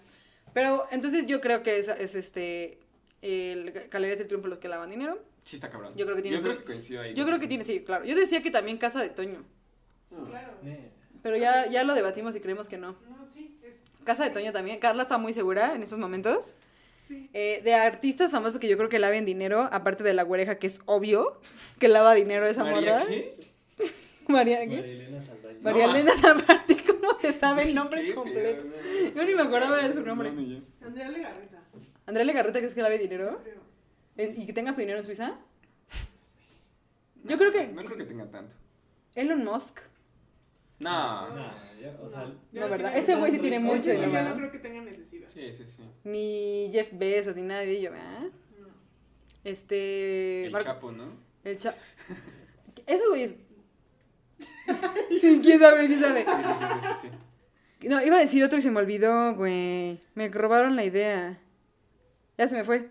Speaker 1: Pero entonces yo creo que es, es este. El Galerías del Triunfo los que lavan dinero.
Speaker 2: Sí, está cabrón.
Speaker 1: Yo creo que tiene
Speaker 2: Yo
Speaker 1: su-
Speaker 2: creo que coincido ahí.
Speaker 1: Yo creo que tiene, sí, claro. Yo decía que también Casa de Toño.
Speaker 3: Claro.
Speaker 4: Eh,
Speaker 1: Pero ya, ya lo debatimos y creemos que no.
Speaker 3: No, sí, es.
Speaker 1: Casa de Toño también. Carla está muy segura en estos momentos.
Speaker 3: Sí.
Speaker 1: Eh, de artistas famosos que yo creo que laven dinero, aparte de la güereja, que es obvio que lava dinero esa
Speaker 2: ¿María
Speaker 1: morra.
Speaker 2: qué?
Speaker 1: María, ¿qué?
Speaker 4: María Elena Saldaña.
Speaker 2: No,
Speaker 1: María
Speaker 2: ma.
Speaker 1: Elena, aparte, ¿cómo se sabe el
Speaker 2: Qué
Speaker 1: nombre
Speaker 2: pedo,
Speaker 1: completo?
Speaker 2: no, no, no.
Speaker 1: Yo ni me acordaba de su nombre.
Speaker 2: No, ni yo.
Speaker 3: Andrea Legarreta,
Speaker 1: ¿Andrea Legarreta crees que lave dinero?
Speaker 3: creo.
Speaker 1: Eh, ¿Y que tenga su dinero en Suiza? Yo creo que-
Speaker 2: No creo que tenga tanto.
Speaker 1: Elon Musk.
Speaker 2: No.
Speaker 4: Nah, ya, o sea,
Speaker 3: No,
Speaker 1: No,
Speaker 3: no
Speaker 1: ¿verdad?
Speaker 3: tiene-
Speaker 1: Ese güey sí tiene
Speaker 4: Ese
Speaker 1: mucho
Speaker 3: Ese güey
Speaker 1: dinero.
Speaker 3: ya
Speaker 1: ¿verdad?
Speaker 3: no creo que tenga necesidad.
Speaker 2: Sí, sí, sí.
Speaker 1: Eh, Ni Jeff Bezos, ni nadie. Yo, ¿ah?
Speaker 3: No.
Speaker 1: Este.
Speaker 2: El
Speaker 1: Marco-
Speaker 2: Chapo, ¿no?
Speaker 1: El Cha- Esos güeyes. sí, quién sabe, quién sabe.
Speaker 2: Sí, sí, sí, sí, sí.
Speaker 1: No, iba a decir otro y se me olvidó, güey. Me robaron la idea. Ya se me fue.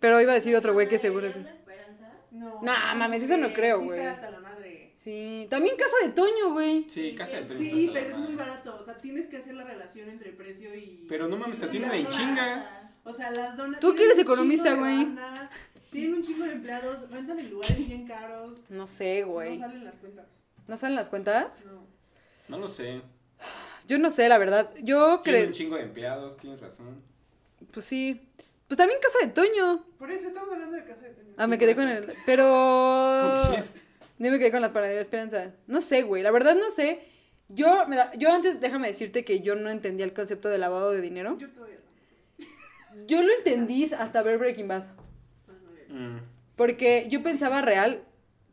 Speaker 1: Pero iba a decir otro güey que seguro es.
Speaker 5: ¿Galerías La Esperanza?
Speaker 3: No.
Speaker 1: Nah, mames, eso no creo,
Speaker 3: Sí
Speaker 1: güey.
Speaker 3: está hasta la madre.
Speaker 1: Sí, también Casa de Toño, güey.
Speaker 2: Sí, casa de
Speaker 5: Sí,
Speaker 2: Toño está
Speaker 3: Sí,
Speaker 2: hasta
Speaker 3: pero
Speaker 2: la
Speaker 3: es muy
Speaker 2: madre.
Speaker 3: barato. O sea, tienes que hacer la relación entre precio y.
Speaker 2: Pero no mames, te
Speaker 3: y
Speaker 2: atienden
Speaker 3: las
Speaker 2: en
Speaker 3: horas.
Speaker 2: chinga.
Speaker 3: O sea, las donas.
Speaker 1: Tú que
Speaker 3: tienen
Speaker 1: eres
Speaker 3: un
Speaker 1: economista,
Speaker 3: chingo de
Speaker 1: güey.
Speaker 3: banda, Tienen un chingo de empleados, rentan en lugares bien caros.
Speaker 1: No sé, güey.
Speaker 3: No salen las cuentas.
Speaker 1: ¿No salen las cuentas?
Speaker 3: No.
Speaker 2: No lo sé.
Speaker 1: Yo no sé, la verdad. Yo
Speaker 2: Tiene
Speaker 1: creo.
Speaker 2: un chingo de empleados, tienes razón.
Speaker 1: Pues sí. Pues también Casa de Toño.
Speaker 3: Por eso estamos hablando de casa de Toño.
Speaker 1: Ah, me quedé con el. Pero.
Speaker 3: Ah.
Speaker 1: Yo me quedé con la panadería Esperanza. No sé, güey. La verdad no sé. Yo, me da- yo antes déjame decirte que yo no entendía el concepto de lavado de dinero.
Speaker 3: Yo todavía no.
Speaker 1: Yo lo entendí hasta ver Breaking Bad.
Speaker 3: Ah, no, ya.
Speaker 2: Mm.
Speaker 1: Porque yo pensaba real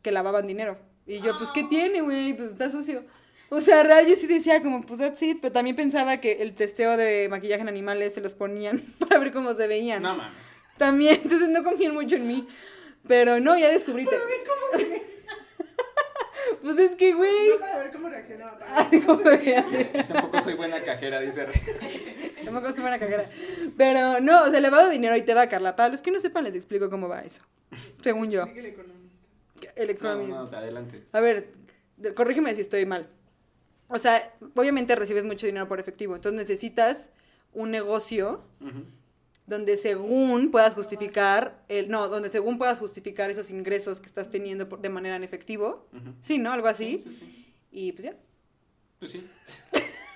Speaker 1: que lavaban dinero. Y yo, pues, ¿qué tiene, güey? Pues está sucio. O sea, real yo sí decía como, pues, that's it. Pero también pensaba que el testeo de maquillaje en animales se los ponían para ver cómo se veían.
Speaker 2: No mames.
Speaker 1: También, entonces no confían mucho en mí. Pero no, ya descubrí. te- pues es que, güey.
Speaker 3: No, para ver cómo reaccionaba. para ver
Speaker 1: Ay, cómo se veía.
Speaker 2: Tampoco soy buena cajera, dice Rey.
Speaker 1: No me acuerdo cómo era cajera. Pero no, o sea, lavado de dinero ahí te va, Carla. Para los que no sepan, les explico cómo va eso. Según yo.
Speaker 3: explica el economista.
Speaker 1: El
Speaker 2: No,
Speaker 1: economista.
Speaker 2: no, adelante.
Speaker 1: A ver, de- corrígeme si estoy mal. O sea, obviamente recibes mucho dinero por efectivo, entonces necesitas un negocio
Speaker 2: Ujú.
Speaker 1: donde según puedas justificar el no, donde según puedas justificar esos ingresos que estás teniendo por- de manera en efectivo.
Speaker 2: Ujú.
Speaker 1: Sí, ¿no? Algo así.
Speaker 2: Sí, sí.
Speaker 1: Y pues ya.
Speaker 2: Pues sí.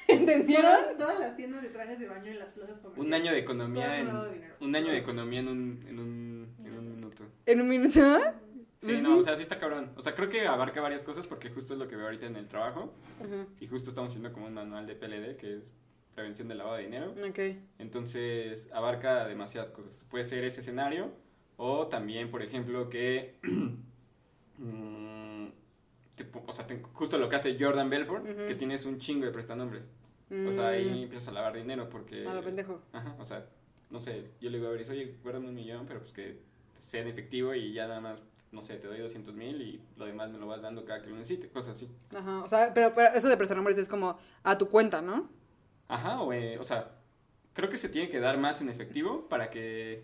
Speaker 1: ¿Entendieron?
Speaker 3: Todas, todas las tiendas de trajes de baño en las plazas comerciales.
Speaker 2: Un año de
Speaker 3: Pues Todo es
Speaker 2: economía
Speaker 3: un
Speaker 2: en
Speaker 3: lavado de dinero.
Speaker 2: un año de economía en un en un, en un minuto.
Speaker 1: En un minuto.
Speaker 2: Sí, no, o sea, sí está cabrón. O sea, creo que abarca varias cosas porque justo es lo que veo ahorita en el trabajo
Speaker 1: Ujú.
Speaker 2: y justo estamos haciendo como un manual de PLD que es prevención del lavado de dinero.
Speaker 1: Ok.
Speaker 2: Entonces, abarca demasiadas cosas. Puede ser ese escenario o también, por ejemplo, que... mm, te po- o sea, te- justo lo que hace Jordan Belfort,
Speaker 1: Ujú.
Speaker 2: que tienes un chingo de prestanombres. O sea, ahí eh, empiezas a lavar dinero porque...
Speaker 1: Mm, A lo pendejo.
Speaker 2: Ajá, o sea, no sé, yo le digo a Beris, oye, guárdame un millón, pero pues que sea en efectivo y ya nada más, no sé, te doy 200 mil y lo demás me lo vas dando cada que lo necesite, cosas así.
Speaker 1: Ajá. O sea, pero, pero eso de prestanombres es como a tu cuenta, ¿no?
Speaker 2: Ajá, o, eh, o sea, creo que se tiene que dar más en efectivo para que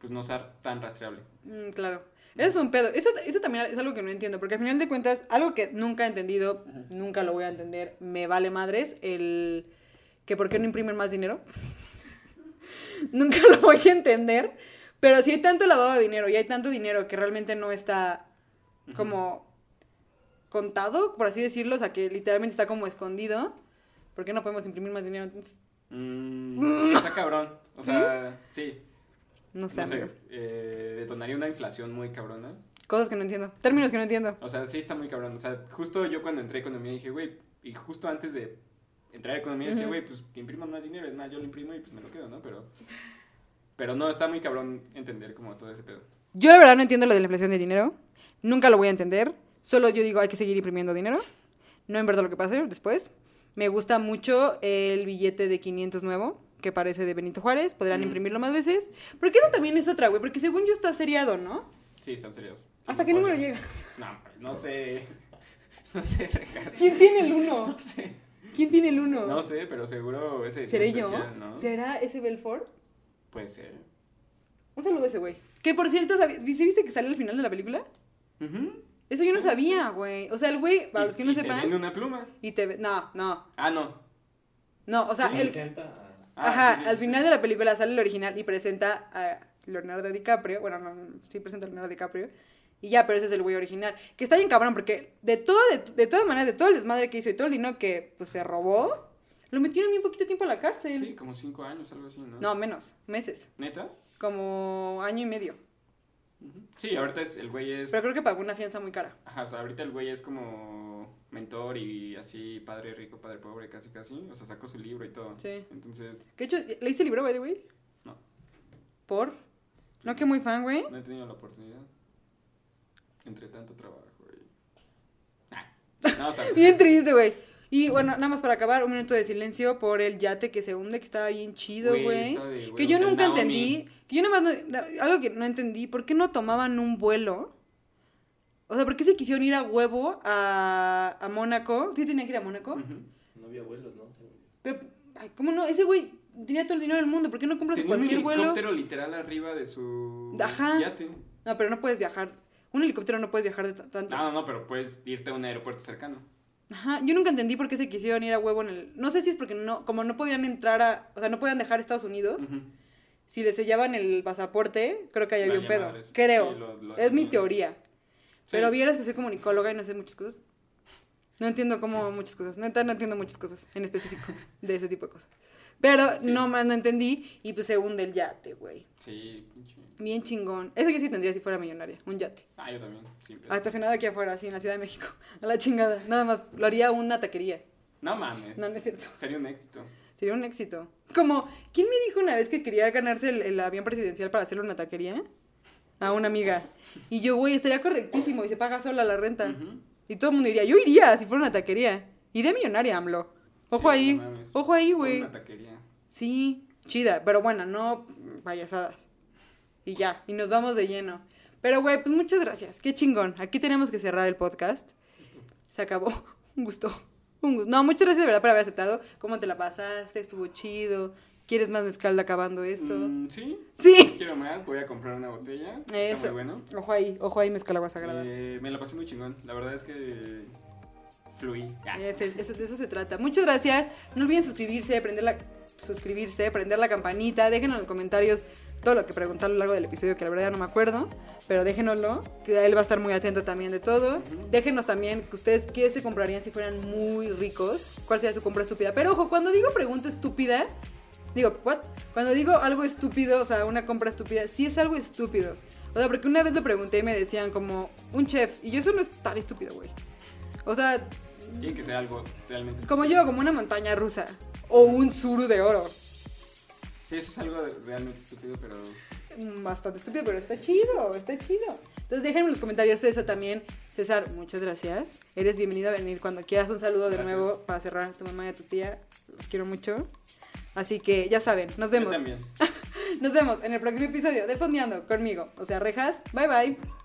Speaker 2: pues no sea tan rastreable.
Speaker 1: Mm, claro. Eso es un pedo. Eso, eso también es algo que no entiendo, porque al final de cuentas, algo que nunca he entendido,
Speaker 2: Ajá.
Speaker 1: nunca lo voy a entender, me vale madres, el que por qué no imprimen más dinero. nunca lo voy a entender, pero si hay tanto lavado de dinero y hay tanto dinero que realmente no está
Speaker 2: Ujú.
Speaker 1: como contado, por así decirlo, o sea, que literalmente está como escondido, ¿por qué no podemos imprimir más dinero? Entonces,
Speaker 2: Mm, está cabrón. O sea, sí.
Speaker 1: no sé,
Speaker 2: no sé,
Speaker 1: amigos.
Speaker 2: eh, detonaría una inflación muy cabrona.
Speaker 1: Cosas que no entiendo, términos que no entiendo.
Speaker 2: O sea, sí está muy cabrón. O sea, justo yo cuando entré a economía dije, güey, y justo antes de entrar a economía decía,
Speaker 1: Ujú.
Speaker 2: güey, pues que impriman más dinero, es más, yo lo imprimo y pues me lo quedo, ¿no? Pero, pero no, está muy cabrón entender como todo ese pedo.
Speaker 1: Yo la verdad no entiendo lo de la inflación de dinero. Nunca lo voy a entender. Solo yo digo hay que seguir imprimiendo dinero. No en verdad lo que pase después. Me gusta mucho el billete de 500 nuevo, que parece de Benito Juárez. Podrán
Speaker 2: Mm.
Speaker 1: imprimirlo más veces. Porque eso también es otra, güey. Porque según yo está seriado, ¿no?
Speaker 2: Sí, están serios.
Speaker 1: ¿Hasta
Speaker 2: Sí,
Speaker 1: qué
Speaker 2: supongo.
Speaker 1: número llega?
Speaker 2: No, no sé. No sé, regalos.
Speaker 1: ¿Quién tiene el 1?
Speaker 2: No sé.
Speaker 1: ¿Quién tiene el 1?
Speaker 2: No sé, pero seguro ese.
Speaker 1: ¿Seré
Speaker 2: es
Speaker 1: yo?
Speaker 2: especial, ¿no?
Speaker 1: ¿Será ese Belfort?
Speaker 2: Puede ser.
Speaker 1: Un saludo a ese güey. Que por cierto, ¿sabi- ¿sí viste que sale al final de la película?
Speaker 2: Ujú.
Speaker 1: Eso yo no sabía, güey. O sea, el güey, para los que
Speaker 2: Y-
Speaker 1: no
Speaker 2: y te vende
Speaker 1: sepan.
Speaker 2: una pluma.
Speaker 1: Y te. ve- No, no.
Speaker 2: Ah, no.
Speaker 1: No, o sea,
Speaker 4: Se
Speaker 1: el,
Speaker 4: presenta a-
Speaker 2: Pues Ah,
Speaker 1: Ajá,
Speaker 2: sí, sí,
Speaker 1: al
Speaker 2: sí.
Speaker 1: final de la película sale el original y presenta a Leonardo DiCaprio. Bueno, no, no, sí presenta a Leonardo DiCaprio. Y ya, pero ese es el güey original. Que está bien cabrón, porque de todo, de, de todas maneras, de todo el desmadre que hizo y todo el dinero que pues, se robó, lo metieron bien poquito tiempo a la cárcel.
Speaker 2: Sí, como cinco años, algo así, ¿no?
Speaker 1: No, menos, meses.
Speaker 2: ¿Neta?
Speaker 1: Como año y medio.
Speaker 2: Ujú. Sí, ahorita es, el güey es
Speaker 1: Pero creo que pagó una fianza muy cara.
Speaker 2: Ajá, o sea, ahorita el güey es como mentor y así, padre rico, padre pobre, casi casi. O sea, sacó su libro y todo.
Speaker 1: Sí.
Speaker 2: Entonces,
Speaker 1: ¿Qué hecho? ¿Leíste el libro, by the way?
Speaker 2: No.
Speaker 1: ¿Por? No, que muy fan, güey.
Speaker 2: no he tenido la oportunidad. Entre tanto trabajo, güey. Ah. No, o sea,
Speaker 1: Bien triste, güey. Y bueno, nada más para acabar, un minuto de silencio por el yate que se hunde, que estaba bien chido, güey.
Speaker 2: está de huevos.
Speaker 1: Que yo
Speaker 2: El
Speaker 1: nunca
Speaker 2: Naomi.
Speaker 1: entendí, que yo nada más, no- na- algo que no entendí, ¿por qué no tomaban un vuelo? O sea, ¿por qué se quisieron ir a huevo a, a Mónaco? Sí tenían que ir a Mónaco.
Speaker 2: Ujú.
Speaker 4: No había vuelos, ¿no? Según yo.
Speaker 1: Pero, ay, ¿cómo no? Ese güey tenía todo el dinero del mundo, ¿por qué no compras
Speaker 2: Tenía un
Speaker 1: cualquier vuelo?
Speaker 2: helicóptero literal arriba de su
Speaker 1: Ajá.
Speaker 2: yate.
Speaker 1: No, pero no puedes viajar. un helicóptero no puedes viajar de ta- tanto.
Speaker 2: No, no, no, pero puedes irte a un aeropuerto cercano.
Speaker 1: Ajá, yo nunca entendí por qué se quisieron ir a huevo en el... No sé si es porque no, como no podían entrar a... O sea, no podían dejar Estados Unidos.
Speaker 2: Ujú.
Speaker 1: Si les sellaban el pasaporte, creo que ahí había un
Speaker 2: Valía
Speaker 1: pedo.
Speaker 2: madres.
Speaker 1: Creo.
Speaker 2: Sí, lo- lo-
Speaker 1: es mi
Speaker 2: lo-
Speaker 1: teoría.
Speaker 2: Sí.
Speaker 1: Pero vieras que soy comunicóloga y no sé muchas cosas. No entiendo cómo muchas cosas. Neta, no entiendo muchas cosas en específico de ese tipo de cosas. Pero
Speaker 2: Sí.
Speaker 1: no más no entendí y pues se hunde el yate, güey.
Speaker 2: Sí, pinche.
Speaker 1: Bien chingón. Eso yo sí tendría si fuera millonaria, un yate.
Speaker 2: Ah, yo también, sin pedo.
Speaker 1: Estacionado aquí afuera, así en la Ciudad de México. A la chingada. Nada más. Lo haría una taquería.
Speaker 2: No mames.
Speaker 1: No, no es cierto.
Speaker 2: Sería un éxito.
Speaker 1: Sería un éxito. Como, ¿quién me dijo una vez que quería ganarse el, el avión presidencial para hacerle una taquería? A una amiga. Y yo, güey, estaría correctísimo y se paga sola la renta.
Speaker 2: Ujú.
Speaker 1: Y todo el mundo diría, yo iría si fuera una taquería. Y de millonaria, AMLO. Ojo
Speaker 2: Sí,
Speaker 1: ahí,
Speaker 2: no mames.
Speaker 1: ojo ahí,
Speaker 2: Por
Speaker 1: güey.
Speaker 2: Una taquería.
Speaker 1: Sí, chida, pero bueno, no payasadas. Y ya, y nos vamos de lleno. Pero, güey, pues muchas gracias. Qué chingón. Aquí tenemos que cerrar el podcast. Se acabó. Un gusto. Un gusto. No, muchas gracias de verdad por haber aceptado. ¿Cómo te la pasaste? Estuvo chido. ¿Quieres más mezcal de acabando esto?
Speaker 2: Mm, sí.
Speaker 1: Sí.
Speaker 2: Quiero más, voy a comprar una botella. Está
Speaker 1: Eso.
Speaker 2: muy bueno.
Speaker 1: Ojo ahí, ojo ahí, mezcal agua sagrada.
Speaker 2: Eh, me la pasé muy chingón. La verdad es que fluí. Ah.
Speaker 1: Ese- eso- de eso se trata. Muchas gracias. No olviden suscribirse, prender la, suscribirse, prender la campanita. Déjenos en los comentarios todo lo que preguntar a lo largo del episodio, que la verdad ya no me acuerdo. Pero déjenoslo, que él va a estar muy atento también de todo. Déjenos también que ustedes qué se comprarían si fueran muy ricos. ¿Cuál sería su compra estúpida? Pero ojo, cuando digo pregunta estúpida, digo, ¿what? Cuando digo algo estúpido, o sea, una compra estúpida, sí es algo estúpido. O sea, porque una vez lo pregunté y me decían como un chef. Y yo eso no es tan estúpido, güey. O sea,
Speaker 2: Tiene que ser algo realmente.
Speaker 1: como yo, como una montaña rusa. O un suru de oro.
Speaker 2: Sí, eso es algo de- realmente estúpido, pero.
Speaker 1: Mm, Bastante estúpido, pero está chido, está chido. Entonces déjenme en los comentarios eso también. César, muchas gracias. Eres bienvenido a venir cuando quieras. Un saludo de
Speaker 2: Gracias.
Speaker 1: nuevo para cerrar a tu mamá y a tu tía. Los quiero mucho. Así que ya saben, nos
Speaker 2: Yo
Speaker 1: vemos.
Speaker 2: también.
Speaker 1: Nos vemos en el próximo episodio de Fondeando conmigo. O sea, rejas. Bye bye.